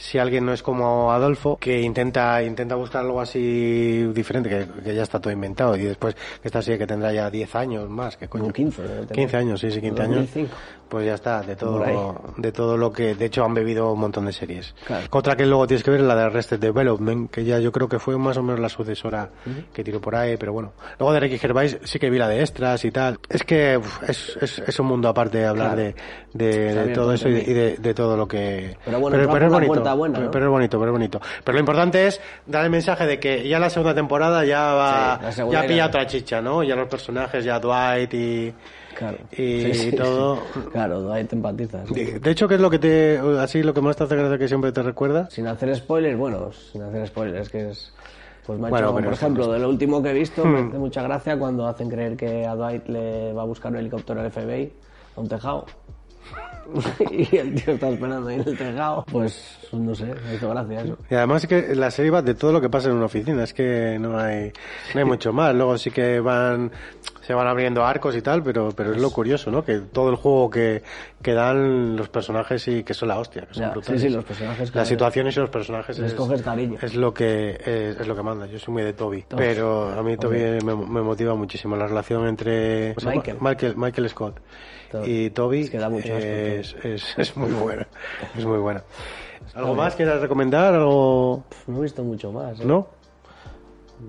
[SPEAKER 1] si alguien no es como Adolfo, que intenta intenta buscar algo así diferente, que, que ya está todo inventado y después que esta serie que tendrá ya 10 años más, que coño.
[SPEAKER 2] No, 15, debe tener.
[SPEAKER 1] 15 años, sí, sí, 15
[SPEAKER 2] 2005.
[SPEAKER 1] años. Pues ya está, de
[SPEAKER 2] Por ahí.
[SPEAKER 1] todo de todo lo que de hecho han bebido un montón de series.
[SPEAKER 2] Claro.
[SPEAKER 1] Otra que luego tienes que ver es la de Arrested Development, que ya yo creo que fue más o menos la sucesora que tiró por ahí, pero bueno. Luego de Ricky Gervais sí que vi la de extras y tal. Es que uf, es, es, es un mundo aparte hablar
[SPEAKER 2] Claro.
[SPEAKER 1] de, de,
[SPEAKER 2] Está
[SPEAKER 1] de
[SPEAKER 2] bien,
[SPEAKER 1] todo eso y de,
[SPEAKER 2] comprendí.
[SPEAKER 1] y de- de todo lo que...
[SPEAKER 2] Pero bueno, entra por una puerta buena,
[SPEAKER 1] pero-
[SPEAKER 2] ¿no?
[SPEAKER 1] pero es bonito, pero es bonito. Pero lo importante es dar el mensaje de que ya la segunda temporada ya va...
[SPEAKER 2] Sí, la segunda
[SPEAKER 1] ya
[SPEAKER 2] y
[SPEAKER 1] pilla
[SPEAKER 2] la-
[SPEAKER 1] otra chicha, ¿no? Ya los personajes, ya Dwight y...
[SPEAKER 2] Claro.
[SPEAKER 1] Y
[SPEAKER 2] Sí, sí,
[SPEAKER 1] todo.
[SPEAKER 2] sí. Claro, ahí te empatizas. ¿no?
[SPEAKER 1] De, de hecho, ¿qué es lo que te. Así, lo que más te hace gracia que siempre te recuerda?
[SPEAKER 2] Sin hacer spoilers, bueno, sin hacer spoilers, que es. Pues me ha
[SPEAKER 1] Bueno,
[SPEAKER 2] hecho,
[SPEAKER 1] pero
[SPEAKER 2] por
[SPEAKER 1] es Hmm.
[SPEAKER 2] ejemplo, de lo último que he visto, me hace mucha gracia cuando hacen creer que a Dwight le va a buscar un helicóptero al FBI a un tejado. y el tío está esperando ahí en el tejado. Pues no sé, me hizo gracia eso.
[SPEAKER 1] Y además es que la serie va de todo lo que pasa en una oficina, es que no hay, no hay mucho más. Luego sí que van, se van abriendo arcos y tal, pero, pero es lo curioso, ¿no? Que todo el juego que, que dan los personajes y que son la hostia, que son
[SPEAKER 2] Ya, sí,
[SPEAKER 1] brutales.
[SPEAKER 2] sí, los personajes que-
[SPEAKER 1] Las situaciones y los personajes.
[SPEAKER 2] les
[SPEAKER 1] es-
[SPEAKER 2] coges cariño.
[SPEAKER 1] Es lo que, es, es lo que manda. Yo soy muy de Toby,
[SPEAKER 2] Toby.
[SPEAKER 1] pero a mí Toby me, me motiva muchísimo la relación entre ¿cómo se llama?
[SPEAKER 2] Pues Michael.
[SPEAKER 1] Michael, Michael Scott
[SPEAKER 2] Toby.
[SPEAKER 1] y Toby.
[SPEAKER 2] Es que da mucho asco,
[SPEAKER 1] es- es, es muy buena. Es muy buena. ¿Algo más quieras recomendar? ¿Algo...
[SPEAKER 2] Pff, No he visto mucho más. ¿eh?
[SPEAKER 1] ¿No?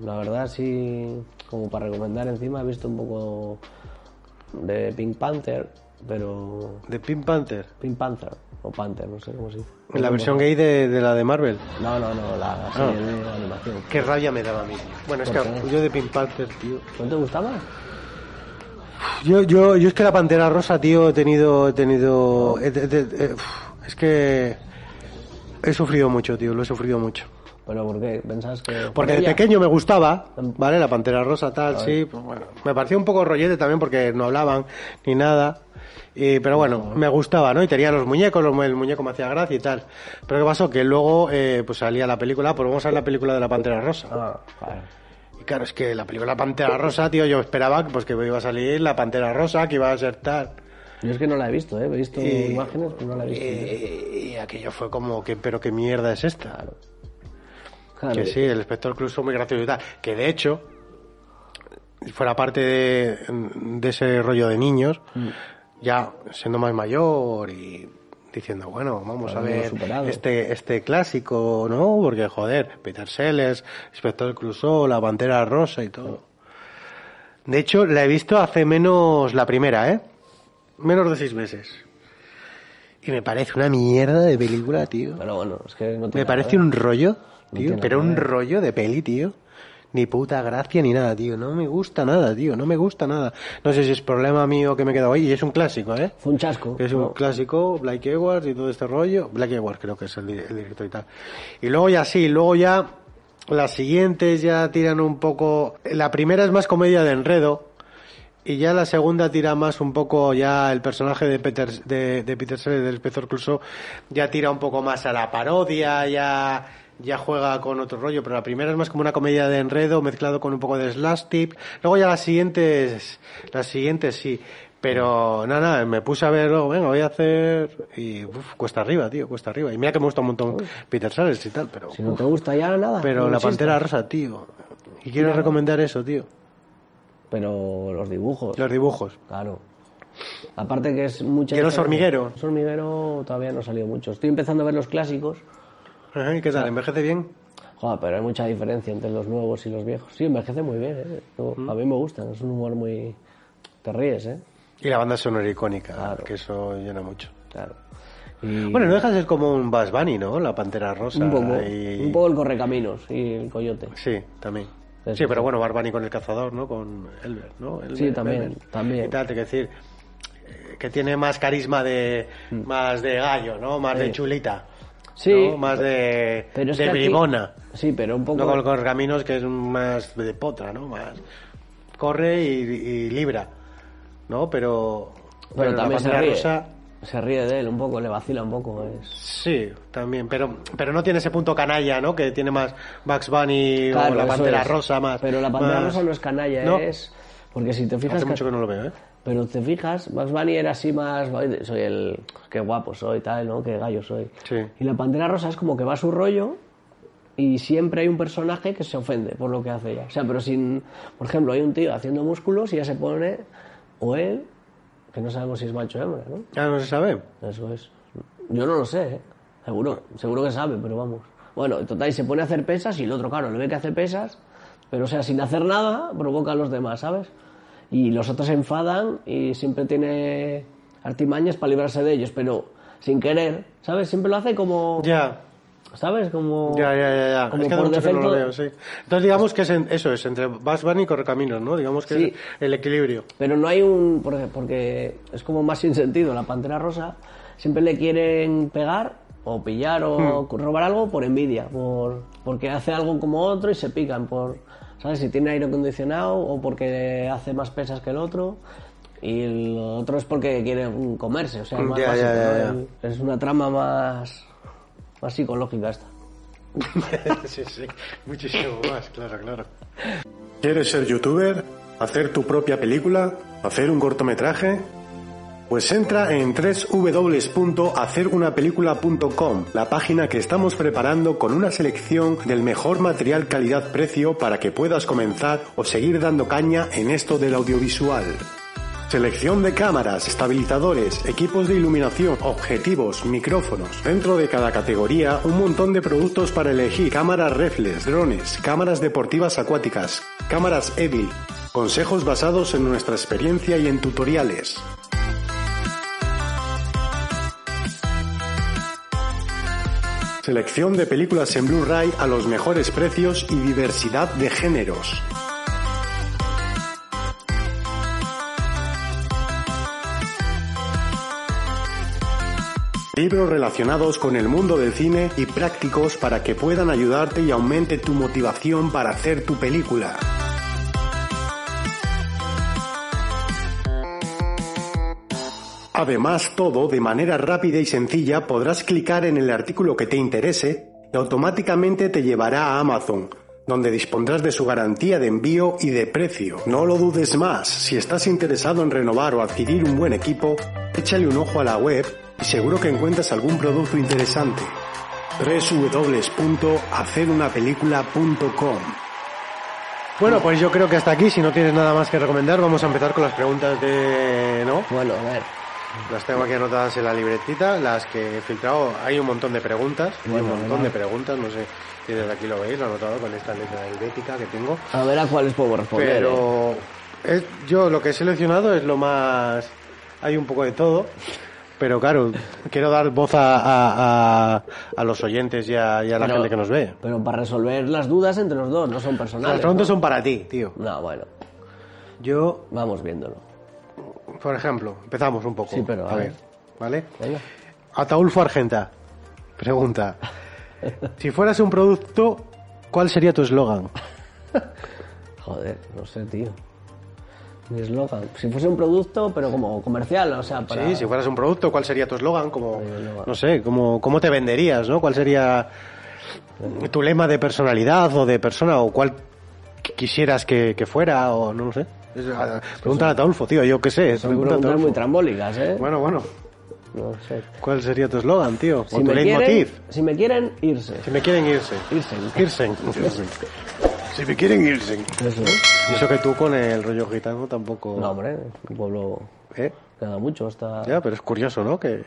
[SPEAKER 2] La verdad, sí, como para recomendar encima, he visto un poco de Pink Panther, pero.
[SPEAKER 1] De Pink Panther.
[SPEAKER 2] Pink Panther, o Panther, no sé cómo se dice.
[SPEAKER 1] En la versión gay de, de la de Marvel.
[SPEAKER 2] No, no, no,
[SPEAKER 1] Ah.
[SPEAKER 2] la serie de animación.
[SPEAKER 1] Qué rabia me daba a mí. Bueno, es que
[SPEAKER 2] ¿Por qué?
[SPEAKER 1] yo de Pink Panther, tío.
[SPEAKER 2] ¿No te gustaba?
[SPEAKER 1] Yo, yo, yo es que la Pantera Rosa, tío, he tenido... He tenido he- he- he- he- uf, es que... He sufrido mucho, tío, lo he sufrido mucho.
[SPEAKER 2] ¿Pero por qué? ¿Pensabas que.?
[SPEAKER 1] Porque de
[SPEAKER 2] Ella-
[SPEAKER 1] pequeño me gustaba, ¿vale? La Pantera Rosa, tal, sí. pues bueno, me parecía un poco rollete también porque no hablaban ni nada. Y, pero bueno, me gustaba, ¿no? Y tenía los muñecos, los mu- el muñeco me hacía gracia y tal. Pero ¿qué pasó? Que luego eh, pues salía la película, pues vamos a ver la película de la Pantera Rosa.
[SPEAKER 2] Ah, vale.
[SPEAKER 1] Y claro, es que la película Pantera Rosa, tío, yo esperaba pues, que iba a salir la Pantera Rosa, que iba a ser tal.
[SPEAKER 2] Yo es que no la he visto, ¿eh? He visto
[SPEAKER 1] Eh,
[SPEAKER 2] imágenes, pero no la he visto.
[SPEAKER 1] Eh, y aquello fue como, que, pero qué mierda es esta.
[SPEAKER 2] Claro. eh,
[SPEAKER 1] Que sí, el inspector Cruz fue muy gracioso y tal. Que de hecho, fuera parte de, de ese rollo de niños,
[SPEAKER 2] Mm.
[SPEAKER 1] ya siendo más mayor y diciendo, bueno, vamos a
[SPEAKER 2] Haberlo
[SPEAKER 1] ver
[SPEAKER 2] superado.
[SPEAKER 1] este, este clásico, ¿no? Porque joder, Peter Sellers, Inspector Clouseau, La Pantera Rosa y todo. De hecho, la he visto hace menos la primera, ¿eh? Menos de seis meses. Y me parece una mierda de película, tío.
[SPEAKER 2] Pero bueno, es que no tiene
[SPEAKER 1] Me parece
[SPEAKER 2] Pues nada.
[SPEAKER 1] un rollo,
[SPEAKER 2] No
[SPEAKER 1] tío,
[SPEAKER 2] tiene
[SPEAKER 1] pero
[SPEAKER 2] nada
[SPEAKER 1] un
[SPEAKER 2] que ver.
[SPEAKER 1] rollo de peli, tío. Ni puta gracia ni nada, tío. No me gusta nada, tío. No me gusta nada. No sé si es problema mío que me he quedado ahí. Y es un clásico, ¿eh?
[SPEAKER 2] Fue un chasco.
[SPEAKER 1] Es un
[SPEAKER 2] ¿no?
[SPEAKER 1] clásico, Black Edwards y todo este rollo. Black Edwards creo que es el, di- el director y tal. Y luego ya sí, luego ya las siguientes ya tiran un poco... La primera es más comedia de enredo. Y ya la segunda tira más un poco ya el personaje de Peter de, de Peter Sellers, del Inspector Clouseau, ya tira un poco más a la parodia, ya ya juega con otro rollo, pero la primera es más como una comedia de enredo mezclado con un poco de slash tip. Luego ya las siguientes las siguientes sí, pero nada, nada, me puse a ver, luego, venga, voy a hacer y uf, cuesta arriba, tío, cuesta arriba. Y mira que me gusta un montón Peter Sellers y tal, pero
[SPEAKER 2] Si no te gusta ya nada.
[SPEAKER 1] pero
[SPEAKER 2] no
[SPEAKER 1] la
[SPEAKER 2] existe.
[SPEAKER 1] Pantera Rosa, tío. Y quiero recomendar eso, tío.
[SPEAKER 2] Pero los dibujos.
[SPEAKER 1] Los dibujos.
[SPEAKER 2] Claro. Aparte que es mucha.
[SPEAKER 1] Y los
[SPEAKER 2] diferencia.
[SPEAKER 1] hormigueros.
[SPEAKER 2] Los hormigueros todavía no ha salido mucho. Estoy empezando a ver los clásicos.
[SPEAKER 1] Ajá, ¿y ¿Qué tal? ¿Envejece bien?
[SPEAKER 2] Joder, pero hay mucha diferencia entre los nuevos y los viejos. Sí, envejece muy bien, ¿eh? Yo-
[SPEAKER 1] Mm.
[SPEAKER 2] A mí me gusta, es un humor muy... Te ríes, ¿eh?
[SPEAKER 1] Y la banda sonora icónica,
[SPEAKER 2] Claro.
[SPEAKER 1] que eso llena mucho.
[SPEAKER 2] Claro. Y
[SPEAKER 1] Bueno, no deja de ser como un Bass Bunny, ¿no? La Pantera Rosa.
[SPEAKER 2] un, poco,
[SPEAKER 1] y-
[SPEAKER 2] un poco el correcaminos y el coyote.
[SPEAKER 1] Sí, también.
[SPEAKER 2] Sí,
[SPEAKER 1] Sí,
[SPEAKER 2] sí,
[SPEAKER 1] pero
[SPEAKER 2] sí.
[SPEAKER 1] bueno, Bad Bunny con el cazador, ¿no? Con Elbert, ¿no? Elbert,
[SPEAKER 2] Sí, también, también.
[SPEAKER 1] Y tal, te quiero decir, eh, que tiene más carisma de... Más de gallo, ¿no? Más de chulita.
[SPEAKER 2] Mm. Sí.
[SPEAKER 1] ¿no? Más de...
[SPEAKER 2] Pero es
[SPEAKER 1] de
[SPEAKER 2] que aquí-
[SPEAKER 1] bribona.
[SPEAKER 2] Sí, pero un poco...
[SPEAKER 1] No con, con caminos que es más de potra, ¿no? Más corre y, y libra, ¿no? Pero,
[SPEAKER 2] pero
[SPEAKER 1] la
[SPEAKER 2] también se
[SPEAKER 1] Pantera
[SPEAKER 2] ríe.
[SPEAKER 1] Rosa-
[SPEAKER 2] Se ríe de él un poco, le vacila un poco. Es...
[SPEAKER 1] Sí, también, pero pero no tiene ese punto canalla, ¿no? Que tiene más Bugs Bunny
[SPEAKER 2] Claro,
[SPEAKER 1] o la
[SPEAKER 2] eso
[SPEAKER 1] Pantera
[SPEAKER 2] es.
[SPEAKER 1] Rosa más.
[SPEAKER 2] Pero la pantera
[SPEAKER 1] más-
[SPEAKER 2] rosa no es canalla,
[SPEAKER 1] No.
[SPEAKER 2] es... Porque si te fijas...
[SPEAKER 1] Hace
[SPEAKER 2] ca-
[SPEAKER 1] mucho que no lo veo, ¿eh?
[SPEAKER 2] Pero te fijas, Max Bunny era así más, "Ay, soy el, qué guapo soy, tal, ¿no? Qué gallo soy.
[SPEAKER 1] Sí.
[SPEAKER 2] Y la Pantera Rosa es como que va a su rollo y siempre hay un personaje que se ofende por lo que hace ella. O sea, pero sin, por ejemplo, hay un tío haciendo músculos y ya se pone, o él, que no sabemos si es macho o hembra, ¿no?
[SPEAKER 1] Ah, no se sabe.
[SPEAKER 2] Eso es. Yo no lo sé, ¿eh? seguro, seguro que sabe, pero vamos. Bueno, en total, y se pone a hacer pesas y el otro, claro, le ve que hace pesas, pero o sea, sin hacer nada, provoca a los demás, ¿sabes? Y los otros se enfadan y siempre tiene artimañas para librarse de ellos, pero sin querer, ¿sabes? Siempre lo hace como...
[SPEAKER 1] Ya.
[SPEAKER 2] ¿Sabes? Como.
[SPEAKER 1] Ya, ya, ya. ya.
[SPEAKER 2] como
[SPEAKER 1] es que hace
[SPEAKER 2] por
[SPEAKER 1] mucho que no lo
[SPEAKER 2] defecto-
[SPEAKER 1] leo, sí. Entonces, digamos que es en- eso es, entre Bass Bunny y Correcaminos, ¿no? Digamos que
[SPEAKER 2] Sí.
[SPEAKER 1] es el equilibrio.
[SPEAKER 2] Pero no hay un. Porque, porque es como más sin sentido. La pantera rosa siempre le quieren pegar o pillar o
[SPEAKER 1] Hmm.
[SPEAKER 2] robar algo por envidia. Por, porque hace algo como otro y se pican. por ¿Sabes? Si tiene aire acondicionado o porque hace más pesas que el otro. Y el otro es porque quiere mm, comerse. O sea, es más
[SPEAKER 1] Ya, ya,
[SPEAKER 2] básico,
[SPEAKER 1] ya,
[SPEAKER 2] ¿no? Es una trama más. más psicológica esta.
[SPEAKER 1] sí, sí. Muchísimo más, claro, claro.
[SPEAKER 5] ¿Quieres ser youtuber? ¿Hacer tu propia película? ¿Hacer un cortometraje? Pues entra en www.hacerunapelícula.com, la página que estamos preparando con una selección del mejor material calidad-precio para que puedas comenzar o seguir dando caña en esto del audiovisual. Selección de cámaras, estabilizadores, equipos de iluminación, objetivos, micrófonos. Dentro de cada categoría, un montón de productos para elegir. Cámaras reflex, drones, cámaras deportivas acuáticas, cámaras EVIL. Consejos basados en nuestra experiencia y en tutoriales. Selección de películas en Blu-ray a los mejores precios y diversidad de géneros. Libros relacionados con el mundo del cine y prácticos para que puedan ayudarte y aumente tu motivación para hacer tu película. Además, todo de manera rápida y sencilla podrás clicar en el artículo que te interese y automáticamente te llevará a Amazon, donde dispondrás de su garantía de envío y de precio. No lo dudes más, si estás interesado en renovar o adquirir un buen equipo, échale un ojo a la web y seguro que encuentras algún producto interesante. www.hacerunapelícula.com
[SPEAKER 1] Bueno, pues yo creo que hasta aquí, si no tienes nada más que recomendar, vamos a empezar con las preguntas de... ¿no?
[SPEAKER 2] Bueno, a ver.
[SPEAKER 1] Las tengo aquí anotadas en la libretita, las que he filtrado. Hay un montón de preguntas, hay un
[SPEAKER 2] Bueno,
[SPEAKER 1] montón
[SPEAKER 2] bueno.
[SPEAKER 1] de preguntas, no sé si desde aquí lo veis, lo he anotado con esta letra helvética que tengo.
[SPEAKER 2] A ver a cuáles puedo responder. ¿eh?
[SPEAKER 1] Pero es- yo lo que he seleccionado es lo más... Hay un poco de todo, pero claro, quiero dar voz a, a- a- a los oyentes y a, y a la
[SPEAKER 2] Pero-
[SPEAKER 1] gente que nos ve.
[SPEAKER 2] Pero para resolver las dudas entre los dos, no son personales.
[SPEAKER 1] Las preguntas
[SPEAKER 2] ¿no?
[SPEAKER 1] son para ti, tío.
[SPEAKER 2] No, bueno,
[SPEAKER 1] Yo,
[SPEAKER 2] vamos viéndolo.
[SPEAKER 1] por ejemplo, empezamos un poco.
[SPEAKER 2] Sí, pero,
[SPEAKER 1] a
[SPEAKER 2] a
[SPEAKER 1] ver,
[SPEAKER 2] ver.
[SPEAKER 1] ¿vale?
[SPEAKER 2] Venga.
[SPEAKER 1] Ataulfo Argenta pregunta: Si fueras un producto, ¿cuál sería tu eslogan?
[SPEAKER 2] Joder, no sé, tío. Mi eslogan. Si fuese un producto, pero como comercial, o sea, para...
[SPEAKER 1] Sí, si fueras un producto, ¿cuál sería tu eslogan? Como,
[SPEAKER 2] Mi eslogan.
[SPEAKER 1] no sé, como, ¿cómo te venderías? ¿no? ¿Cuál sería tu lema de personalidad o de persona? ¿O cuál qu- quisieras que, que fuera? O no lo sé. Es- a- Pregúntale a Ataulfo, tío, yo qué sé.
[SPEAKER 2] Pues, Son
[SPEAKER 1] pregúntale a
[SPEAKER 2] preguntas
[SPEAKER 1] Ataulfo.
[SPEAKER 2] muy trambólicas, ¿eh?
[SPEAKER 1] Bueno, bueno,
[SPEAKER 2] No sé.
[SPEAKER 1] ¿cuál sería tu eslogan, tío? ¿O
[SPEAKER 2] Si
[SPEAKER 1] tu
[SPEAKER 2] me,
[SPEAKER 1] leitmotiv?
[SPEAKER 2] quieren, si me quieren, irse.
[SPEAKER 1] Si me quieren irse.
[SPEAKER 2] Irse.
[SPEAKER 1] Irse.
[SPEAKER 5] Si me quieren irse.
[SPEAKER 2] Eso.
[SPEAKER 1] Y Eso que tú con el rollo gitano tampoco.
[SPEAKER 2] No, hombre, un pueblo
[SPEAKER 1] ¿eh?
[SPEAKER 2] que da mucho hasta...
[SPEAKER 1] Ya, pero es curioso, ¿no? Que,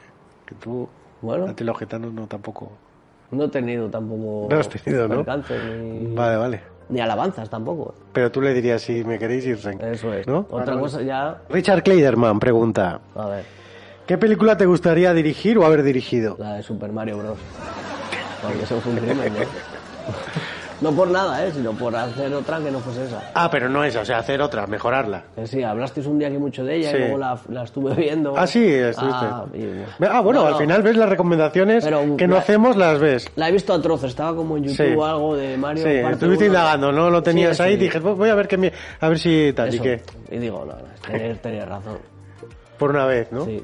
[SPEAKER 1] que tú,
[SPEAKER 2] Bueno,
[SPEAKER 1] a ti los gitanos no tampoco.
[SPEAKER 2] no he tenido tampoco...
[SPEAKER 1] No has tenido, ¿no?
[SPEAKER 2] percances Ni,
[SPEAKER 1] Vale, vale.
[SPEAKER 2] ni alabanzas tampoco.
[SPEAKER 1] Pero tú le dirías si me queréis irse.
[SPEAKER 2] Eso es.
[SPEAKER 1] ¿No? Vale,
[SPEAKER 2] Otra
[SPEAKER 1] vale.
[SPEAKER 2] cosa ya...
[SPEAKER 1] Richard Kleiderman pregunta:
[SPEAKER 2] A ver.
[SPEAKER 1] ¿Qué película te gustaría dirigir o haber dirigido?
[SPEAKER 2] La de Super Mario Bros. Porque eso fue un crimen, ¿no? No por nada, ¿eh? Sino por hacer otra que no fuese esa.
[SPEAKER 1] Ah, pero no esa, o sea, hacer otra, mejorarla.
[SPEAKER 2] Que sí, hablasteis un día aquí mucho de ella
[SPEAKER 1] Sí.
[SPEAKER 2] y luego la, la estuve viendo.
[SPEAKER 1] Ah, sí, estuviste.
[SPEAKER 2] Ah, y-
[SPEAKER 1] Ah, bueno,
[SPEAKER 2] No,
[SPEAKER 1] al
[SPEAKER 2] no.
[SPEAKER 1] final ves las recomendaciones
[SPEAKER 2] Pero-
[SPEAKER 1] que no hacemos, las ves.
[SPEAKER 2] La he visto a trozos, estaba como en YouTube
[SPEAKER 1] Sí.
[SPEAKER 2] o algo de Mario.
[SPEAKER 1] Sí,
[SPEAKER 2] parte
[SPEAKER 1] estuviste
[SPEAKER 2] uno.
[SPEAKER 1] indagando, ¿no? Lo tenías
[SPEAKER 2] Sí,
[SPEAKER 1] ahí,
[SPEAKER 2] sí.
[SPEAKER 1] dije, "Pues voy a ver qué me... a ver si tal,
[SPEAKER 2] Eso.
[SPEAKER 1] y que
[SPEAKER 2] Y digo, no, no, tenés, tenés razón.
[SPEAKER 1] por una vez, ¿no?
[SPEAKER 2] Sí.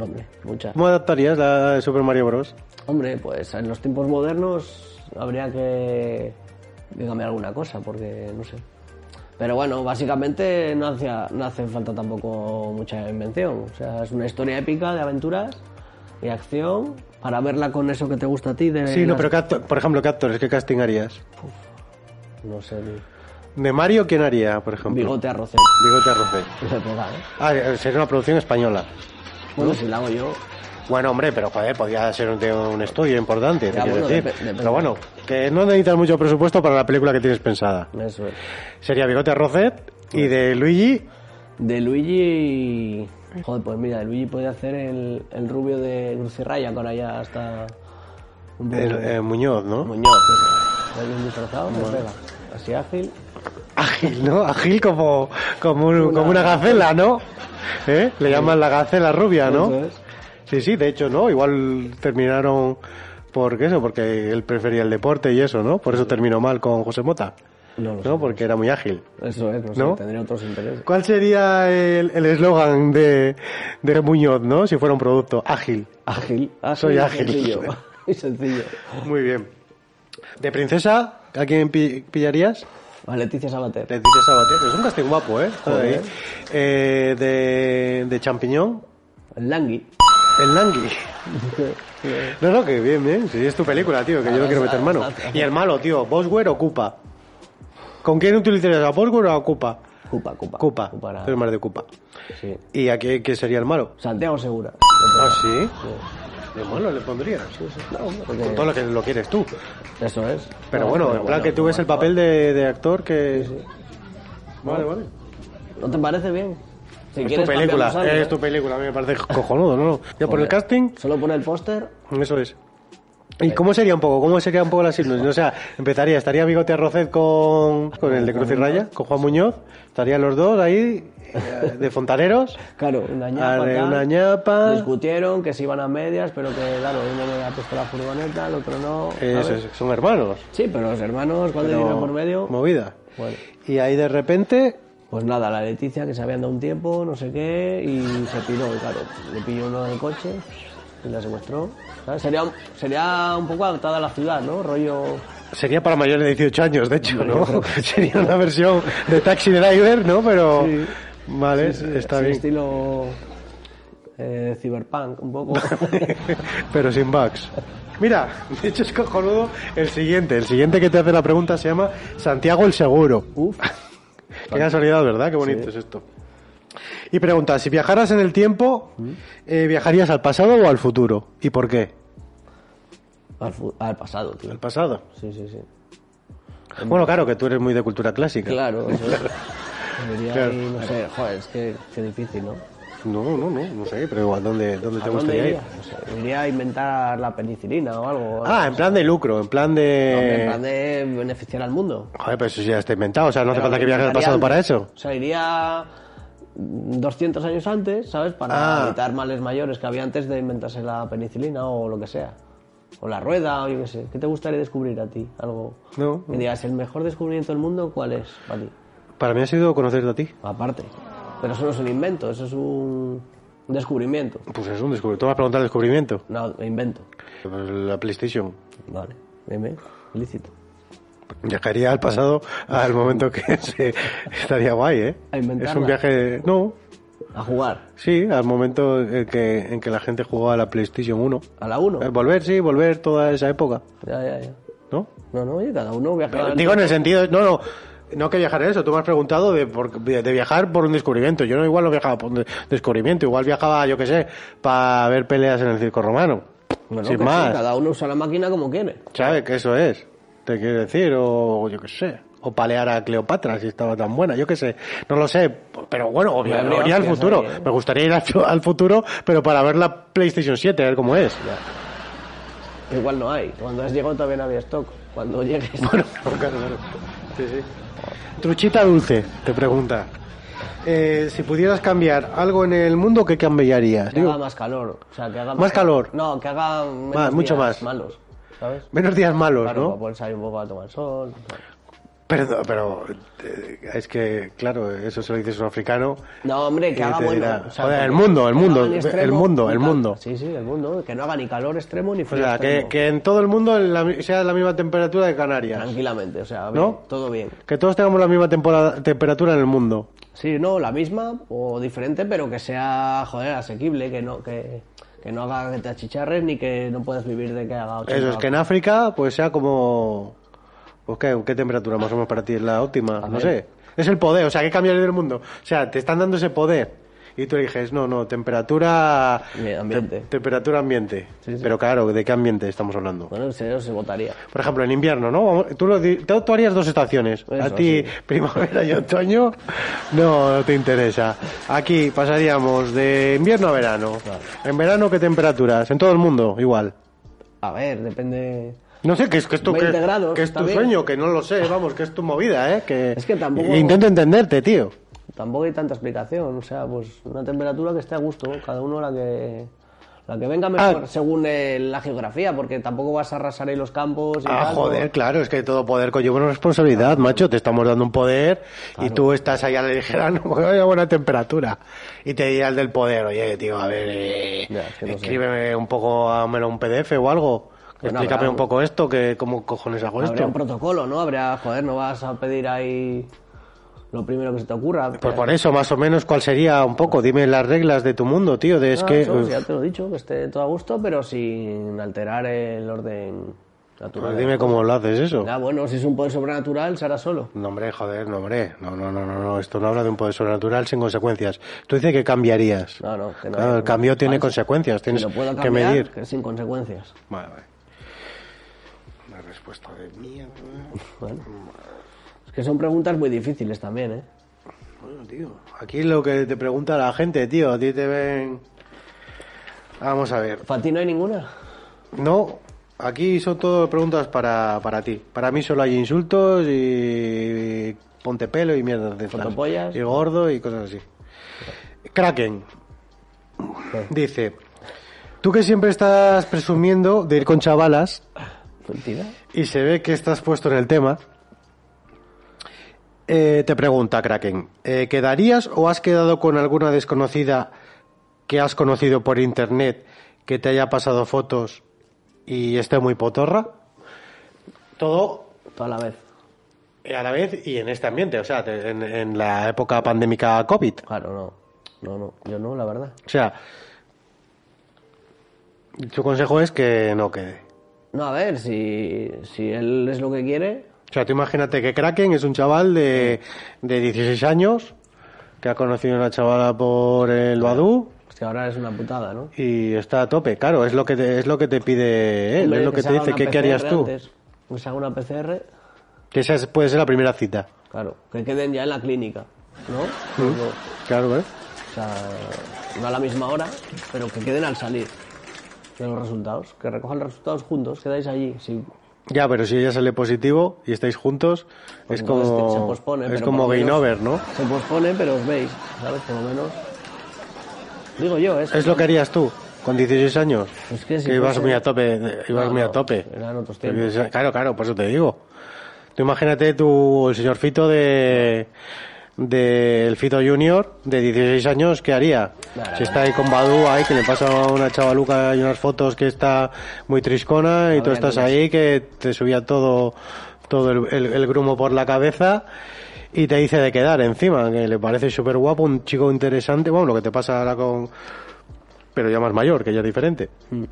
[SPEAKER 2] Hombre, muchas.
[SPEAKER 1] ¿Cómo adaptarías la de Super Mario Bros?
[SPEAKER 2] Hombre, pues en los tiempos modernos habría que, que cambiar alguna cosa, porque no sé. Pero bueno, básicamente no, hacía, no hace falta tampoco mucha invención. O sea, es una historia épica de aventuras y acción para verla con eso que te gusta a ti. De
[SPEAKER 1] Sí, no,
[SPEAKER 2] las-
[SPEAKER 1] pero ¿qué acto- por ejemplo, ¿qué actores? ¿Qué casting harías?
[SPEAKER 2] No sé, ni-
[SPEAKER 1] ¿De Mario quién haría, por ejemplo?
[SPEAKER 2] bigote arrocero.
[SPEAKER 1] Bigote Arrocet.
[SPEAKER 2] Pues, nada, ¿eh?
[SPEAKER 1] Ah, eh, sería una producción española.
[SPEAKER 2] Bueno, si la hago yo,
[SPEAKER 1] Bueno, hombre, pero joder, podría ser un, de un estudio importante, te
[SPEAKER 2] Ya,
[SPEAKER 1] quiero
[SPEAKER 2] bueno,
[SPEAKER 1] decir.
[SPEAKER 2] depe- depende.
[SPEAKER 1] Pero bueno, que no necesitas mucho presupuesto para la película que tienes pensada.
[SPEAKER 2] eso es.
[SPEAKER 1] Sería Bigote Arrocet y de Luigi...
[SPEAKER 2] De Luigi. Joder, pues mira, de Luigi puede hacer el, el rubio de Cruz y Raya, que ahora ya está. Un poco
[SPEAKER 1] El, eh, Muñoz, ¿no?
[SPEAKER 2] Muñoz, eso. Ahí bien disfrazado, me pega. Así ágil.
[SPEAKER 1] Ágil, ¿no? Ágil como, como, un- como una gacela, ¿no? ¿Eh? Le llaman la gacela rubia,
[SPEAKER 2] Eso
[SPEAKER 1] ¿no?
[SPEAKER 2] es.
[SPEAKER 1] Sí, sí, de hecho, ¿no? Igual terminaron por eso, porque él prefería el deporte y eso, ¿no? Por eso terminó mal con José Mota,
[SPEAKER 2] No lo
[SPEAKER 1] ¿no? Porque era muy ágil.
[SPEAKER 2] sé. Eso es, no,
[SPEAKER 1] ¿No?
[SPEAKER 2] sé, tendría otros intereses.
[SPEAKER 1] ¿Cuál sería el el eslogan de, de Muñoz, ¿no? Si fuera un producto ágil.
[SPEAKER 2] Ágil. ágil
[SPEAKER 1] Soy
[SPEAKER 2] y
[SPEAKER 1] ágil.
[SPEAKER 2] Sencillo. Y sencillo.
[SPEAKER 1] Muy bien. ¿De princesa? ¿A quién pi- pillarías?
[SPEAKER 2] A Leticia Sabater.
[SPEAKER 1] De Leticia Sabater. Es un casting guapo, ¿eh? Está
[SPEAKER 2] Joder.
[SPEAKER 1] ahí. Eh, de, de champiñón.
[SPEAKER 2] El Langui.
[SPEAKER 1] El Langui. No, no, que bien, bien. Sí, es tu película, tío, que yo no quiero meter mano. Y el malo, tío, Boswell o Cupa. ¿Con quién utilizarías a Boswell o a Cupa?
[SPEAKER 2] Cupa, Cupa.
[SPEAKER 1] Cupa.
[SPEAKER 2] Cupara.
[SPEAKER 1] Tú eres más de Cupa.
[SPEAKER 2] Sí.
[SPEAKER 1] ¿Y a qué, qué sería el malo?
[SPEAKER 2] Santiago Segura.
[SPEAKER 1] Ah, sí. De malo le pondrías.
[SPEAKER 2] Porque-
[SPEAKER 1] Con todo lo que lo quieres tú.
[SPEAKER 2] Eso es.
[SPEAKER 1] Pero
[SPEAKER 2] No,
[SPEAKER 1] bueno, en plan que tú ves el papel de, de actor que... Vale, vale.
[SPEAKER 2] ¿No te parece bien? Si
[SPEAKER 1] Es tu
[SPEAKER 2] quieres
[SPEAKER 1] película,
[SPEAKER 2] cambiamos algo,
[SPEAKER 1] es tu
[SPEAKER 2] ¿eh?
[SPEAKER 1] película, a mí me parece cojonudo, ¿no? no. Ya por el
[SPEAKER 2] Joder.
[SPEAKER 1] casting,
[SPEAKER 2] Solo pone el póster.
[SPEAKER 1] eso es. ¿Y cómo sería un poco? ¿Cómo sería un poco la sinopsis? O sea, empezaría, estaría Bigote Rocet con, con el de Cruz y Raya, con Juan Muñoz, estarían los dos ahí, eh, de fontaneros,
[SPEAKER 2] Claro, una ñapa.
[SPEAKER 1] Arre,
[SPEAKER 2] tal.
[SPEAKER 1] una ñapa.
[SPEAKER 2] Discutieron que se iban a medias, pero que, claro, uno le ha puesto la furgoneta, el otro no. ¿sabes?
[SPEAKER 1] eso es, son hermanos.
[SPEAKER 2] Sí, pero los hermanos, ¿cuál dinero
[SPEAKER 1] pero
[SPEAKER 2] por medio?
[SPEAKER 1] Movida.
[SPEAKER 2] Bueno.
[SPEAKER 1] Y ahí de repente,
[SPEAKER 2] Pues nada, la Leticia, que se habían dado un tiempo, no sé qué, y se piró, y claro, le pilló uno del coche y la secuestró. ¿Sabes? Sería, un- sería un poco adaptada a la ciudad, ¿no? Rollo...
[SPEAKER 1] Sería para mayores de 18 años, de hecho, ¿no? Sería una versión de Taxi Driver, ¿no? Pero... Vale, está
[SPEAKER 2] así,
[SPEAKER 1] bien.
[SPEAKER 2] estilo... eh, cyberpunk, un poco.
[SPEAKER 1] Pero sin bugs. Mira, de hecho es cojonudo el siguiente. El siguiente que te hace la pregunta se llama Santiago el Seguro.
[SPEAKER 2] Uf.
[SPEAKER 1] Qué casualidad, ¿verdad? Qué bonito es esto. Y pregunta, si viajaras en el tiempo,
[SPEAKER 2] Mm.
[SPEAKER 1] eh, ¿viajarías al pasado o al futuro? ¿Y por qué?
[SPEAKER 2] Al, fu- al pasado, tío.
[SPEAKER 1] Al pasado.
[SPEAKER 2] Sí, sí, sí.
[SPEAKER 1] Bueno, claro, que tú eres muy de cultura clásica.
[SPEAKER 2] Mm. Claro, eso es. Debería
[SPEAKER 1] Claro.
[SPEAKER 2] ir, no sé, joder, es que qué difícil, ¿no?
[SPEAKER 1] No, no, no, no sé, pero igual, ¿dónde, dónde
[SPEAKER 2] ¿A
[SPEAKER 1] te
[SPEAKER 2] dónde
[SPEAKER 1] gustaría ir?
[SPEAKER 2] iría? No sé, iría a inventar la penicilina o algo.
[SPEAKER 1] Ah, en plan de lucro, en plan de...
[SPEAKER 2] Hombre, en plan de beneficiar al mundo.
[SPEAKER 1] Joder, pero eso ya está inventado, o sea, no hace
[SPEAKER 2] Pero
[SPEAKER 1] falta que viajes al
[SPEAKER 2] inventaría
[SPEAKER 1] pasado para
[SPEAKER 2] antes.
[SPEAKER 1] eso.
[SPEAKER 2] O sea, iría mm, 200 años antes, ¿sabes? Para
[SPEAKER 1] Ah.
[SPEAKER 2] evitar males mayores que había antes de inventarse la penicilina o lo que sea. O la rueda, o yo qué sé. ¿Qué te gustaría descubrir a ti? Algo.
[SPEAKER 1] No,
[SPEAKER 2] Que digas, el mejor descubrimiento del mundo, ¿cuál es para ti?
[SPEAKER 1] Para mí ha sido conocerte a ti.
[SPEAKER 2] Aparte. Pero eso no es un invento, eso es un un descubrimiento.
[SPEAKER 1] Pues es un descubrimiento. Tú vas a preguntar el descubrimiento.
[SPEAKER 2] No, invento.
[SPEAKER 1] Pues La PlayStation.
[SPEAKER 2] Vale. Meme, ilícito.
[SPEAKER 1] Viajaría al pasado al momento que se... estaría guay, ¿eh?
[SPEAKER 2] A inventarla.
[SPEAKER 1] es un viaje... No,
[SPEAKER 2] A jugar.
[SPEAKER 1] sí, al momento en que, en que la gente jugaba a la PlayStation 1.
[SPEAKER 2] A la 1.
[SPEAKER 1] Eh, Volver, sí, volver toda esa época,
[SPEAKER 2] Ya, ya, ya.
[SPEAKER 1] ¿no?
[SPEAKER 2] No, no, oye, cada uno viaja.
[SPEAKER 1] Pero eh, digo en el sentido... No, no. No que viajar en eso, tú me has preguntado de, por- de viajar por un descubrimiento. Yo no igual no viajaba por un de- descubrimiento, igual viajaba, yo qué sé, para ver peleas en el circo romano.
[SPEAKER 2] Bueno,
[SPEAKER 1] Sin
[SPEAKER 2] que sí,
[SPEAKER 1] más.
[SPEAKER 2] cada uno usa la máquina como quiere.
[SPEAKER 1] ¿Sabes que eso es? Te quiero decir, o yo qué sé. O palear a Cleopatra si estaba tan buena, yo qué sé. No lo sé, pero bueno, obvio,
[SPEAKER 2] Hombre,
[SPEAKER 1] iría al
[SPEAKER 2] hostias
[SPEAKER 1] futuro.
[SPEAKER 2] ahí, ¿eh?
[SPEAKER 1] Me gustaría ir al, fu- al futuro, pero para ver la PlayStation 7, a ver cómo es.
[SPEAKER 2] Igual no hay. Cuando has llegado todavía no había stock. Cuando llegues.
[SPEAKER 1] Bueno, claro, claro. Sí, sí. Truchita dulce, te pregunta. Eh, si pudieras cambiar algo en el mundo, ¿qué cambiarías?
[SPEAKER 2] que
[SPEAKER 1] Digo,
[SPEAKER 2] haga más calor. O sea, que haga
[SPEAKER 1] Más calor.
[SPEAKER 2] No, que haga. menos
[SPEAKER 1] Más, mucho más.
[SPEAKER 2] días Malos. ¿Sabes?
[SPEAKER 1] menos días malos,
[SPEAKER 2] Claro,
[SPEAKER 1] ¿no?
[SPEAKER 2] para poder salir un poco a tomar sol.
[SPEAKER 1] Pero, pero eh, es que, claro, eso se lo dices a un africano.
[SPEAKER 2] No, hombre, que
[SPEAKER 1] y
[SPEAKER 2] haga
[SPEAKER 1] te
[SPEAKER 2] bueno.
[SPEAKER 1] dirá,
[SPEAKER 2] o sea,
[SPEAKER 1] "Joder,
[SPEAKER 2] que-
[SPEAKER 1] el mundo, el
[SPEAKER 2] que no
[SPEAKER 1] mundo,
[SPEAKER 2] haga ni
[SPEAKER 1] el
[SPEAKER 2] extremo
[SPEAKER 1] mundo,
[SPEAKER 2] ni
[SPEAKER 1] el
[SPEAKER 2] cal-
[SPEAKER 1] mundo.
[SPEAKER 2] Sí, sí, el mundo. Que no haga ni calor extremo ni
[SPEAKER 1] O
[SPEAKER 2] frío.
[SPEAKER 1] sea, que,
[SPEAKER 2] extremo.
[SPEAKER 1] que en todo el mundo en la- sea la misma temperatura de Canarias.
[SPEAKER 2] Tranquilamente, o sea, bien,
[SPEAKER 1] ¿No?
[SPEAKER 2] todo bien.
[SPEAKER 1] Que todos tengamos la misma tempora- temperatura en el mundo.
[SPEAKER 2] Sí, no, la misma o diferente, pero que sea, joder, asequible, que no, que, que no haga que te achicharres ni que no puedas vivir de que haga 80
[SPEAKER 1] Eso es que en África, pues sea como. Pues qué, ¿qué temperatura más o menos para ti es la óptima? No
[SPEAKER 2] ver.
[SPEAKER 1] sé. Es el poder, o sea, ¿qué cambiaría del mundo? O sea, te están dando ese poder. Y tú eliges, no, no, temperatura.
[SPEAKER 2] Bien, ambiente.
[SPEAKER 1] te- temperatura ambiente.
[SPEAKER 2] Sí, sí.
[SPEAKER 1] Pero claro, ¿de qué ambiente estamos hablando?
[SPEAKER 2] Bueno, en serio se votaría.
[SPEAKER 1] Por ejemplo, en invierno, ¿no? Vamos- Tú, lo di- tú- tú harías dos estaciones. a
[SPEAKER 2] Eso,
[SPEAKER 1] ti,
[SPEAKER 2] sí.
[SPEAKER 1] primavera y otoño, no, no te interesa. Aquí pasaríamos de invierno a verano. En verano, ¿qué temperaturas? En todo el mundo, igual.
[SPEAKER 2] A ver, depende.
[SPEAKER 1] No sé, que es que esto que,
[SPEAKER 2] 20 grados,
[SPEAKER 1] que es tu
[SPEAKER 2] también.
[SPEAKER 1] sueño, que no lo sé, vamos, que es tu movida, ¿eh? Que
[SPEAKER 2] Es que tampoco-
[SPEAKER 1] Intento entenderte, tío.
[SPEAKER 2] Tampoco hay tanta explicación. O sea, pues una temperatura que esté a gusto. Cada uno la que. La que venga mejor,
[SPEAKER 1] Ah.
[SPEAKER 2] según eh, la geografía, porque tampoco vas a arrasar ahí los campos. Y
[SPEAKER 1] Ah,
[SPEAKER 2] tal, ¿no?
[SPEAKER 1] joder, claro, es que todo poder conlleva una responsabilidad, macho. Te estamos dando un poder y tú estás ahí a la ligera, no, porque vaya buena temperatura. Y te dirá el del poder, oye, tío, a ver, eh,
[SPEAKER 2] Ya, es que no sé. Pues
[SPEAKER 1] escríbeme un poco, a menos un PDF o algo.
[SPEAKER 2] Bueno,
[SPEAKER 1] Explícame
[SPEAKER 2] habrá-
[SPEAKER 1] un poco esto, que cómo cojones hago
[SPEAKER 2] Habría un
[SPEAKER 1] esto.
[SPEAKER 2] protocolo, ¿no? Habría, joder, no vas a pedir ahí lo primero que se te ocurra.
[SPEAKER 1] Pues por eso, más o menos, ¿cuál sería un poco? Dime las reglas de tu mundo, tío. De, es
[SPEAKER 2] Ah,
[SPEAKER 1] que... pues,
[SPEAKER 2] eso, ya te lo he dicho, que esté todo a gusto, pero sin alterar el orden natural.
[SPEAKER 1] Pues dime cómo lo haces eso.
[SPEAKER 2] Ah, bueno, si es un poder sobrenatural, se hará solo.
[SPEAKER 1] No, hombre, joder, no, hombre. No, no, no, no, no. Esto no habla de un poder sobrenatural sin consecuencias. Tú dices que cambiarías.
[SPEAKER 2] No, no, que no.
[SPEAKER 1] Claro, el cambio tiene
[SPEAKER 2] Vale.
[SPEAKER 1] consecuencias,
[SPEAKER 2] Si
[SPEAKER 1] tienes
[SPEAKER 2] lo puedo
[SPEAKER 1] que
[SPEAKER 2] cambiar,
[SPEAKER 1] medir.
[SPEAKER 2] que es sin consecuencias.
[SPEAKER 1] Vale, vale. Una respuesta de mierda.
[SPEAKER 2] Bueno. Es que son preguntas muy difíciles también, ¿eh?
[SPEAKER 1] Bueno, tío, aquí lo que te pregunta la gente, tío. A ti te ven. Vamos a ver.
[SPEAKER 2] ¿Para ti no hay ninguna?
[SPEAKER 1] No, aquí son todo preguntas para, para ti. Para mí solo hay insultos y. ponte pelo y mierda de estas.
[SPEAKER 2] Fotopollas.
[SPEAKER 1] Y gordo y cosas así. Kraken. Dice. Tú que siempre estás presumiendo de ir con chavalas
[SPEAKER 2] Mentira.
[SPEAKER 1] y se ve que estás puesto en el tema. Eh, te pregunta Kraken, eh, ¿quedarías o has quedado con alguna desconocida que has conocido por internet que te haya pasado fotos y esté muy potorra? Todo
[SPEAKER 2] Toda la vez.
[SPEAKER 1] a la vez y en este ambiente, o sea, te- en, en la época pandémica COVID.
[SPEAKER 2] Claro, no. No, no. Yo no, la verdad.
[SPEAKER 1] O sea, tu consejo es que no quede.
[SPEAKER 2] No, a ver, si, si él es lo que quiere,
[SPEAKER 1] O sea, tú imagínate que Kraken es un chaval de, de 16 años que ha conocido a una chavala por el Badú
[SPEAKER 2] es que ahora es una putada, ¿no?
[SPEAKER 1] y está a tope. Claro, es lo que te, es lo que te pide él,
[SPEAKER 2] Hombre,
[SPEAKER 1] Eh, es lo que,
[SPEAKER 2] se
[SPEAKER 1] te
[SPEAKER 2] haga
[SPEAKER 1] dice.
[SPEAKER 2] una
[SPEAKER 1] ¿Qué, qué harías
[SPEAKER 2] PCR
[SPEAKER 1] tú?
[SPEAKER 2] antes, que se haga una PCR,
[SPEAKER 1] Que esa es- puede ser la primera cita.
[SPEAKER 2] claro, que queden ya en la clínica, ¿no?
[SPEAKER 1] ¿Mm?
[SPEAKER 2] Digo, o
[SPEAKER 1] Claro, ¿eh?
[SPEAKER 2] sea, no a la misma hora, pero que queden al salir de los resultados, que recojan los resultados juntos, quedáis allí, sí.
[SPEAKER 1] Ya, pero si ella sale positivo y estáis juntos, es
[SPEAKER 2] Pues Entonces
[SPEAKER 1] como,
[SPEAKER 2] se pospone,
[SPEAKER 1] es
[SPEAKER 2] pero
[SPEAKER 1] como
[SPEAKER 2] por lo
[SPEAKER 1] game
[SPEAKER 2] menos
[SPEAKER 1] over, ¿no?
[SPEAKER 2] Se pospone, pero os veis, ¿sabes? Por lo menos. Digo yo, ¿eh? es,
[SPEAKER 1] Es lo que harías tú con 16 años.
[SPEAKER 2] Es que si
[SPEAKER 1] ibas
[SPEAKER 2] fuese-
[SPEAKER 1] muy a tope, eh, ibas
[SPEAKER 2] No,
[SPEAKER 1] muy a
[SPEAKER 2] no,
[SPEAKER 1] tope.
[SPEAKER 2] eran otros
[SPEAKER 1] Porque
[SPEAKER 2] tiempos.
[SPEAKER 1] es- Claro, claro, por eso te digo. Tú imagínate tú, el señor Fito de del Fito Junior de 16 años, ¿qué haría?
[SPEAKER 2] Nada,
[SPEAKER 1] si está ahí con Badú ahí que le pasa una chavaluca y unas fotos que está muy triscona y tú
[SPEAKER 2] Habría
[SPEAKER 1] estás
[SPEAKER 2] dudas.
[SPEAKER 1] ahí que te subía todo todo el, el- el grumo por la cabeza y te dice de quedar encima, que le parece súper guapo, un chico interesante, bueno, lo que te pasa ahora con, pero ya más mayor, que ya es diferente.
[SPEAKER 2] Hmm.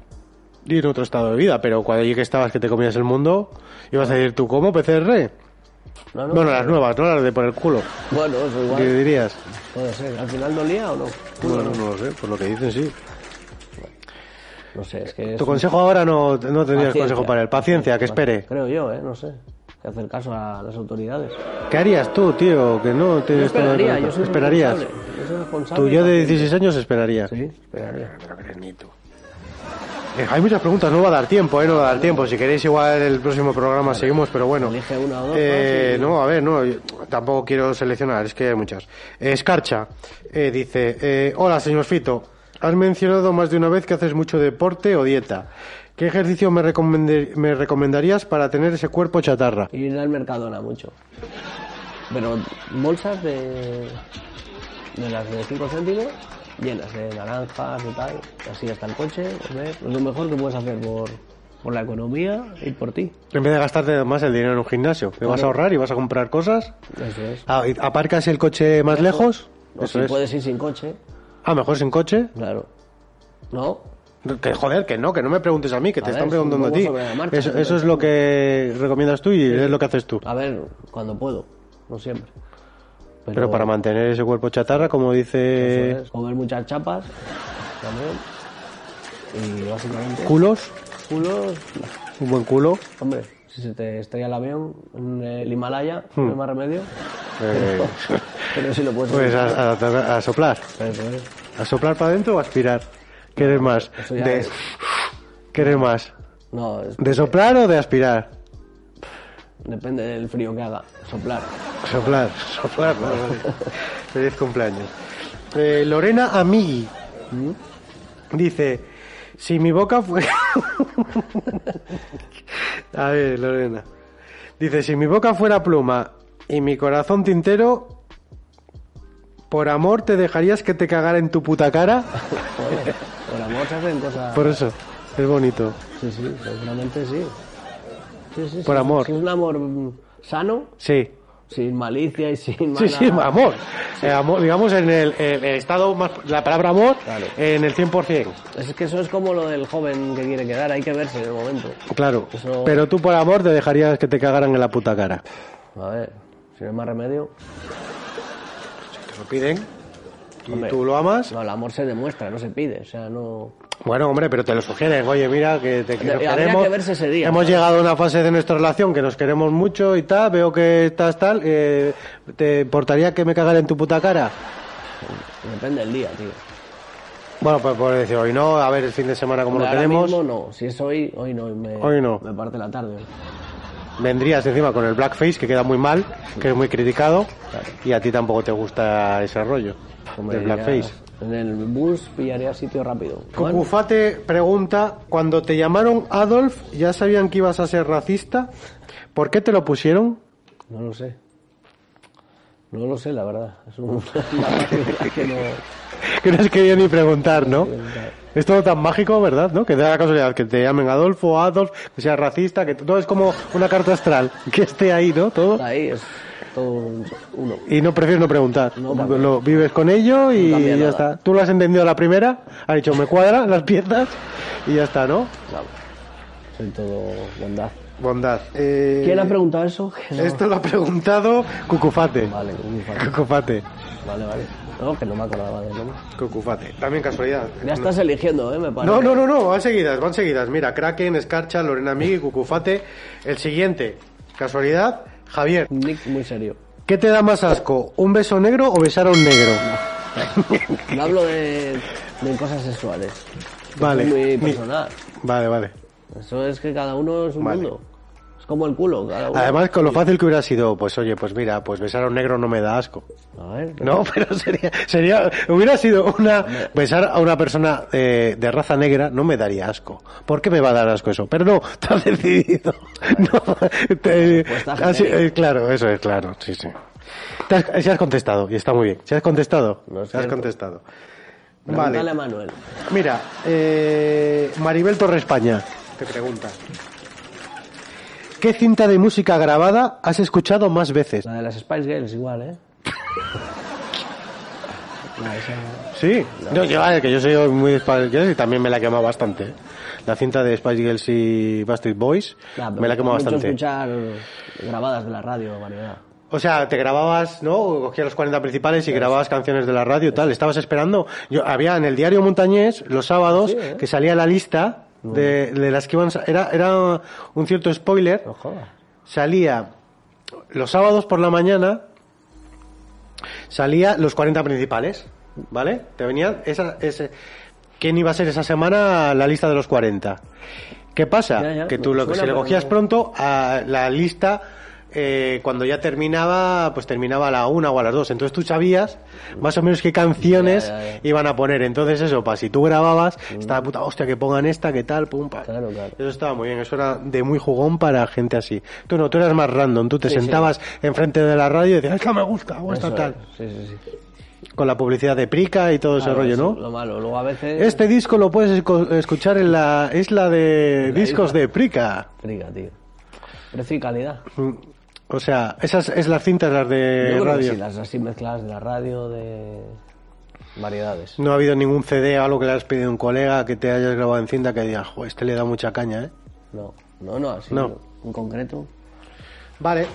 [SPEAKER 1] Y en otro estado de vida, pero cuando allí que estabas que te comías el mundo, ibas a decir tú como PCR.
[SPEAKER 2] No, no,
[SPEAKER 1] Bueno, las nuevas, no las de por el culo,
[SPEAKER 2] Bueno, eso
[SPEAKER 1] ¿qué
[SPEAKER 2] igual.
[SPEAKER 1] dirías?
[SPEAKER 2] Puede ser. ¿Al final dolía o no?
[SPEAKER 1] Bueno, no lo sé, por lo que dicen sí.
[SPEAKER 2] No sé, es que. es
[SPEAKER 1] Tu
[SPEAKER 2] un-
[SPEAKER 1] consejo ahora no, no tendrías
[SPEAKER 2] Paciencia.
[SPEAKER 1] consejo para él. Paciencia, que espere.
[SPEAKER 2] Creo yo, ¿eh? No sé. Hay Que hacer caso a las autoridades.
[SPEAKER 1] ¿Qué harías tú, tío? Que no
[SPEAKER 2] Yo
[SPEAKER 1] tienes todo el
[SPEAKER 2] esperaría,
[SPEAKER 1] rato?
[SPEAKER 2] yo soy
[SPEAKER 1] Esperarías.
[SPEAKER 2] responsable. Yo soy responsable.
[SPEAKER 1] Tú yo de
[SPEAKER 2] y
[SPEAKER 1] 16 años esperaría.
[SPEAKER 2] paciente. ¿eh? Sí, esperaría.
[SPEAKER 1] Eh, Hay muchas preguntas, no va a dar tiempo, eh, no va a dar tiempo. Si queréis igual el próximo programa seguimos, pero bueno.
[SPEAKER 2] Elige una o dos,
[SPEAKER 1] Eh,
[SPEAKER 2] ¿no? Sí.
[SPEAKER 1] no, a ver, no, yo tampoco quiero seleccionar, es que hay muchas. Eh, Escarcha eh, dice, eh, hola señor Fito, has mencionado más de una vez que haces mucho deporte o dieta. ¿Qué ejercicio me, recomende- me recomendarías para tener ese cuerpo chatarra?
[SPEAKER 2] Ir al Mercadona mucho. Pero bolsas de. de las de 5 céntimos, llenas de naranjas y tal. Así hasta el coche, comer. Es lo mejor que puedes hacer por, por la economía y por ti.
[SPEAKER 1] En vez de gastarte más el dinero en un gimnasio, te vas a ahorrar y vas a comprar cosas.
[SPEAKER 2] Eso es.
[SPEAKER 1] Ah, ¿y ¿Aparcas el coche más lejos?
[SPEAKER 2] O si puedes ir sin coche,
[SPEAKER 1] Ah, mejor sin coche.
[SPEAKER 2] claro. ¿No?
[SPEAKER 1] Que joder, que no, que no me preguntes a mí, que te
[SPEAKER 2] A ver,
[SPEAKER 1] están
[SPEAKER 2] es
[SPEAKER 1] preguntando
[SPEAKER 2] un
[SPEAKER 1] a
[SPEAKER 2] poco
[SPEAKER 1] ti.
[SPEAKER 2] sobre la marcha, Ah,
[SPEAKER 1] eso
[SPEAKER 2] sobre
[SPEAKER 1] eso es
[SPEAKER 2] todo.
[SPEAKER 1] lo que recomiendas tú y es lo que haces tú.
[SPEAKER 2] A ver, cuando puedo, no siempre. Pero,
[SPEAKER 1] Pero para mantener ese cuerpo chatarra, como dice
[SPEAKER 2] eso es, comer muchas chapas también. Y básicamente
[SPEAKER 1] culos,
[SPEAKER 2] culos,
[SPEAKER 1] un buen culo.
[SPEAKER 2] hombre, si se te estrella el avión en el Himalaya,
[SPEAKER 1] Hmm.
[SPEAKER 2] no hay más remedio.
[SPEAKER 1] eh,
[SPEAKER 2] Pero si lo puedes
[SPEAKER 1] pues
[SPEAKER 2] evitar.
[SPEAKER 1] a, a- a soplar.
[SPEAKER 2] Eso es.
[SPEAKER 1] ¿A soplar para adentro o a aspirar? ¿Qué eres más?
[SPEAKER 2] Eso ya
[SPEAKER 1] De-
[SPEAKER 2] es.
[SPEAKER 1] ¿Qué eres más?
[SPEAKER 2] No, es-
[SPEAKER 1] ¿De soplar o de aspirar?
[SPEAKER 2] depende del frío que haga. Soplar.
[SPEAKER 1] Soplar, soplar. vale, vale. Feliz cumpleaños. Eh, Lorena Amigui dice, si mi boca fue... A ver, Lorena. Dice, si mi boca fuera pluma y mi corazón tintero, por amor te dejarías que te cagara en tu puta cara.
[SPEAKER 2] Joder, por amor se hacen cosas.
[SPEAKER 1] Por eso, es bonito.
[SPEAKER 2] Sí, sí, seguramente sí. Sí, sí, sí.
[SPEAKER 1] Por amor.
[SPEAKER 2] Si es un amor mm, sano,
[SPEAKER 1] Sí.
[SPEAKER 2] sin malicia y sin
[SPEAKER 1] Sí,
[SPEAKER 2] mala-
[SPEAKER 1] sí, amor. Eh, amor, Digamos, en el, el- el estado más... La palabra amor
[SPEAKER 2] Claro.
[SPEAKER 1] en el 100%.
[SPEAKER 2] Es que eso es como lo del joven que quiere quedar, hay que verse en el momento.
[SPEAKER 1] Claro,
[SPEAKER 2] Eso-
[SPEAKER 1] pero tú por amor te dejarías que te cagaran en la puta cara.
[SPEAKER 2] A ver, si no hay más remedio.
[SPEAKER 1] Te lo piden y
[SPEAKER 2] Hombre.
[SPEAKER 1] tú lo amas.
[SPEAKER 2] No, el amor se demuestra, no se pide, o sea, no...
[SPEAKER 1] Bueno, hombre, pero te lo sugieren. Oye, mira, que te que nos
[SPEAKER 2] Habría
[SPEAKER 1] queremos.
[SPEAKER 2] que verse ese día.
[SPEAKER 1] Hemos llegado a una fase de nuestra relación que nos queremos mucho y tal. Veo que estás tal. eh, ¿Te importaría que me cagara en tu puta cara?
[SPEAKER 2] Depende del día, tío.
[SPEAKER 1] Bueno, pues por decir hoy no, a ver el fin de semana como lo
[SPEAKER 2] Ahora
[SPEAKER 1] tenemos.
[SPEAKER 2] mismo no, si es hoy, hoy no. Me,
[SPEAKER 1] Hoy no.
[SPEAKER 2] Me parte la tarde.
[SPEAKER 1] Vendrías encima con el blackface, que queda muy mal, que es muy criticado. Y a ti tampoco te gusta ese rollo
[SPEAKER 2] Hombre,
[SPEAKER 1] del
[SPEAKER 2] ya-
[SPEAKER 1] blackface.
[SPEAKER 2] En el bus pillaría sitio rápido. Bueno,
[SPEAKER 1] Cucufate pregunta, cuando te llamaron Adolf, ¿ya sabían que ibas a ser racista? ¿Por qué te lo pusieron?
[SPEAKER 2] no lo sé. No lo sé, la verdad. Es un- una página que no...
[SPEAKER 1] Que no has querido ni preguntar, ¿no? Es todo tan mágico, ¿verdad? ¿No? Que da la casualidad que te llamen Adolfo, Adolf, que seas racista, que todo es como una carta astral, que esté ahí, ¿no? Todo.
[SPEAKER 2] Ahí es todo un- uno.
[SPEAKER 1] Y no prefieres no preguntar.
[SPEAKER 2] No, también.
[SPEAKER 1] lo vives con ello y
[SPEAKER 2] No
[SPEAKER 1] ya
[SPEAKER 2] cambia nada.
[SPEAKER 1] está. Tú lo has entendido a la primera, has dicho, me cuadran las piezas y ya está, ¿no?
[SPEAKER 2] Vamos. Soy todo bondad.
[SPEAKER 1] Bondad. Eh,
[SPEAKER 2] ¿Quién ha preguntado eso? Que no-
[SPEAKER 1] Esto lo ha preguntado Cucufate.
[SPEAKER 2] Vale, muy fácil.
[SPEAKER 1] Cucufate.
[SPEAKER 2] Vale, vale. No, que no me acordaba de nombre.
[SPEAKER 1] Cucufate. También casualidad.
[SPEAKER 2] Ya estás eligiendo, ¿eh? Me parece.
[SPEAKER 1] No, no, no, no, van seguidas, van seguidas. Mira, Kraken, Escarcha, Lorena Migui, Cucufate. El siguiente, casualidad, Javier.
[SPEAKER 2] Un Nick muy serio.
[SPEAKER 1] ¿Qué te da más asco, un beso negro o besar a un negro?
[SPEAKER 2] No hablo de, de cosas sexuales.
[SPEAKER 1] Vale.
[SPEAKER 2] Es muy
[SPEAKER 1] Mi-
[SPEAKER 2] personal.
[SPEAKER 1] Vale, vale.
[SPEAKER 2] Pues Eso es que cada uno es un
[SPEAKER 1] Vale.
[SPEAKER 2] mundo. Es como el culo, cada uno.
[SPEAKER 1] Además, con lo fácil que hubiera sido, pues oye, pues mira, pues besar a un negro no me da asco.
[SPEAKER 2] A ver.
[SPEAKER 1] No, pero sería, sería, hubiera sido una, besar a una persona eh, de raza negra no me daría asco. ¿Por qué me va a dar asco eso? Pero no, te has decidido. No, te-
[SPEAKER 2] Respuesta
[SPEAKER 1] así-
[SPEAKER 2] genérica.
[SPEAKER 1] eh, claro, eso es claro, sí, sí. Te has, si has contestado, y está muy bien. Si has contestado,
[SPEAKER 2] No es
[SPEAKER 1] si has
[SPEAKER 2] cierto.
[SPEAKER 1] contestado.
[SPEAKER 2] Pregúntale
[SPEAKER 1] Vale.
[SPEAKER 2] a Manuel.
[SPEAKER 1] Mira, eh, Maribel Torres España te pregunta. ¿Qué cinta de música grabada has escuchado más veces?
[SPEAKER 2] La de las Spice Girls, igual, ¿eh? No, esa-
[SPEAKER 1] Sí, no, yo, a ver, que yo soy muy de Spice Girls y también me la he quemado bastante. ¿eh? La cinta de Spice Girls y Bastard Boys
[SPEAKER 2] Nah, Ah, pero
[SPEAKER 1] me la he quemado
[SPEAKER 2] mucho
[SPEAKER 1] bastante.
[SPEAKER 2] escuchar grabadas de la radio, variedad.
[SPEAKER 1] O sea, te grababas, ¿no? Cogías los 40 principales y grababas canciones de la radio y tal. Estabas esperando. Yo Había en el diario Montañés, los sábados,
[SPEAKER 2] ¿eh?
[SPEAKER 1] que salía la lista de, de las que iban. sa- Era, era un cierto spoiler.
[SPEAKER 2] No jodas.
[SPEAKER 1] Salía los sábados por la mañana, salía los 40 principales, ¿vale? Te venían esa, ese, quién iba a ser esa semana la lista de los 40. ¿Qué pasa?
[SPEAKER 2] Ya, ya,
[SPEAKER 1] que
[SPEAKER 2] me
[SPEAKER 1] tú lo que
[SPEAKER 2] suena,
[SPEAKER 1] si le
[SPEAKER 2] pero
[SPEAKER 1] cogías
[SPEAKER 2] no-
[SPEAKER 1] pronto a la lista eh, cuando ya terminaba, pues terminaba a la una o a las dos. Entonces tú sabías más o menos qué canciones
[SPEAKER 2] Ya, ya,
[SPEAKER 1] iban a poner. Entonces eso, pa, si tú grababas, estaba puta hostia que pongan esta, que tal, pum, pa.
[SPEAKER 2] Claro, claro.
[SPEAKER 1] Eso estaba muy bien, eso era de muy jugón para gente así. Tú no, tú eras más random, tú te sentabas enfrente de la radio y decías, esta me gusta, o esta
[SPEAKER 2] Eso
[SPEAKER 1] tal.
[SPEAKER 2] es, Sí, sí, sí.
[SPEAKER 1] Con la publicidad de Prica y todo
[SPEAKER 2] Claro,
[SPEAKER 1] ese rollo,
[SPEAKER 2] eso
[SPEAKER 1] ¿no?
[SPEAKER 2] es Lo malo. Luego a veces.
[SPEAKER 1] Este disco lo puedes esco- escuchar en la isla de
[SPEAKER 2] la
[SPEAKER 1] discos
[SPEAKER 2] isla.
[SPEAKER 1] de Prica.
[SPEAKER 2] Friga, tío. Precio y calidad.
[SPEAKER 1] Mm, O sea, esas es las cintas las
[SPEAKER 2] Yo
[SPEAKER 1] de
[SPEAKER 2] creo que
[SPEAKER 1] Eh, radio.
[SPEAKER 2] sí, las así mezcladas de la radio, de variedades.
[SPEAKER 1] No ha habido ningún CD o algo que le hayas pedido a un colega que te hayas grabado en cinta que diga, "Jo, este le da mucha caña, ¿eh?
[SPEAKER 2] No, no, no, así
[SPEAKER 1] No.
[SPEAKER 2] en concreto.
[SPEAKER 1] Vale.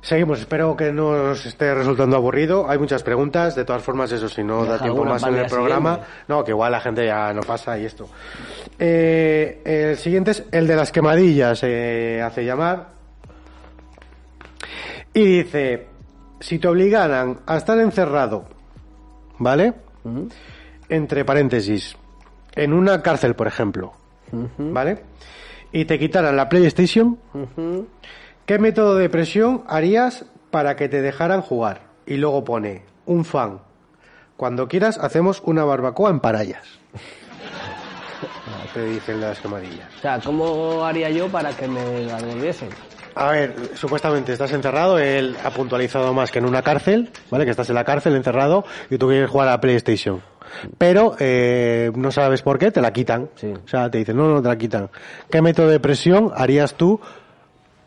[SPEAKER 1] Seguimos, espero que no os esté resultando aburrido. Hay muchas preguntas, de todas formas, eso si no
[SPEAKER 2] Deja
[SPEAKER 1] da tiempo
[SPEAKER 2] alguna
[SPEAKER 1] más en
[SPEAKER 2] para
[SPEAKER 1] el
[SPEAKER 2] el día
[SPEAKER 1] programa.
[SPEAKER 2] siguiente.
[SPEAKER 1] No, que igual la gente ya no pasa y esto. Eh, el siguiente es el de las quemadillas, se hace llamar. Y dice, si te obligaran a estar encerrado, ¿vale? Entre paréntesis, en una cárcel, por ejemplo, ¿vale? y te quitaran la PlayStation, ¿qué método de presión harías para que te dejaran jugar? Y luego pone, un fan. Cuando quieras hacemos una barbacoa en Parayas. Te dicen las amarillas.
[SPEAKER 2] O sea, ¿cómo haría yo para que me la devolviesen?
[SPEAKER 1] A ver, supuestamente estás encerrado, él ha puntualizado más que en una cárcel, ¿vale? Que estás en la cárcel encerrado y tú quieres jugar a la PlayStation. Pero eh, no sabes por qué, te la quitan.
[SPEAKER 2] Sí.
[SPEAKER 1] O sea, te dicen, no, no, te la quitan. ¿Qué método de presión harías tú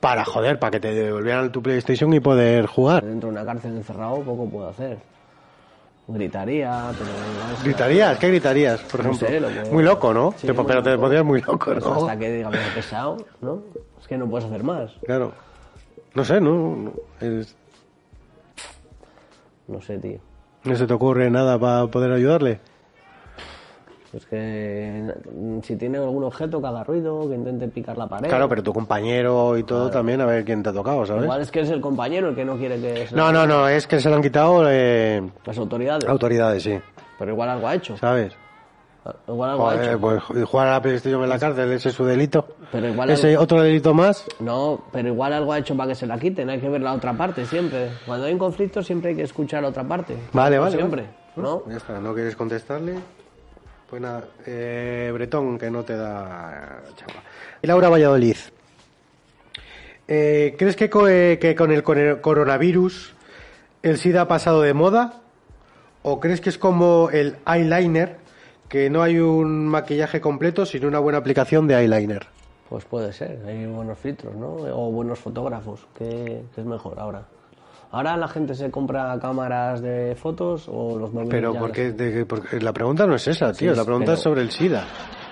[SPEAKER 1] para joder, para que te devolvieran tu PlayStation y poder jugar?
[SPEAKER 2] Dentro de una cárcel encerrado poco puedo hacer. Gritaría, pero... no sé.
[SPEAKER 1] ¿Gritarías? ¿Qué gritarías, por
[SPEAKER 2] No
[SPEAKER 1] ejemplo?
[SPEAKER 2] sé, lo que-
[SPEAKER 1] Muy loco, ¿no?
[SPEAKER 2] Sí,
[SPEAKER 1] Te-
[SPEAKER 2] muy
[SPEAKER 1] pero te
[SPEAKER 2] loco.
[SPEAKER 1] pondrías muy loco, ¿no?
[SPEAKER 2] pues Hasta que digamos pesado, ¿no? Es que no puedes hacer más.
[SPEAKER 1] Claro. No sé, ¿no? No- es-
[SPEAKER 2] No sé, tío.
[SPEAKER 1] no se te ocurre nada para poder ayudarle.
[SPEAKER 2] Es que mm, si tiene algún objeto que haga ruido, que intente picar la pared.
[SPEAKER 1] Claro, pero tu compañero y todo también, a ver quién te ha tocado, ¿sabes?
[SPEAKER 2] Igual es que es el compañero el que no quiere que se-
[SPEAKER 1] No, no, no, es que se lo han quitado eh,
[SPEAKER 2] las autoridades.
[SPEAKER 1] autoridades, sí,
[SPEAKER 2] Pero igual algo ha hecho.
[SPEAKER 1] ¿sabes?
[SPEAKER 2] Igual algo ha
[SPEAKER 1] Joder,
[SPEAKER 2] hecho.
[SPEAKER 1] pues jugar a la PlayStation en la cárcel, ese es su delito.
[SPEAKER 2] Pero igual-
[SPEAKER 1] Ese otro delito más,
[SPEAKER 2] No, pero igual algo ha hecho para que se la quiten. Hay que ver la otra parte siempre. Cuando hay un conflicto siempre hay que escuchar a otra parte.
[SPEAKER 1] vale, vale.
[SPEAKER 2] Siempre, ¿no?
[SPEAKER 1] Ya está, no quieres contestarle. Pues nada, eh, Bretón, que no te da chapa. Y Laura Valladolid. Eh, ¿Crees que, co- eh, que con el cone- coronavirus el SIDA ha pasado de moda? ¿O crees que es como el eyeliner, que no hay un maquillaje completo, sino una buena aplicación de eyeliner?
[SPEAKER 2] Pues puede ser, hay buenos filtros, ¿no? O buenos fotógrafos, que, que es mejor ahora. Ahora la gente se compra cámaras de fotos o los móviles.
[SPEAKER 1] Pero
[SPEAKER 2] ya
[SPEAKER 1] porque,
[SPEAKER 2] les-
[SPEAKER 1] la pregunta no es esa, tío.
[SPEAKER 2] es-
[SPEAKER 1] la pregunta
[SPEAKER 2] pero-
[SPEAKER 1] es sobre el SIDA.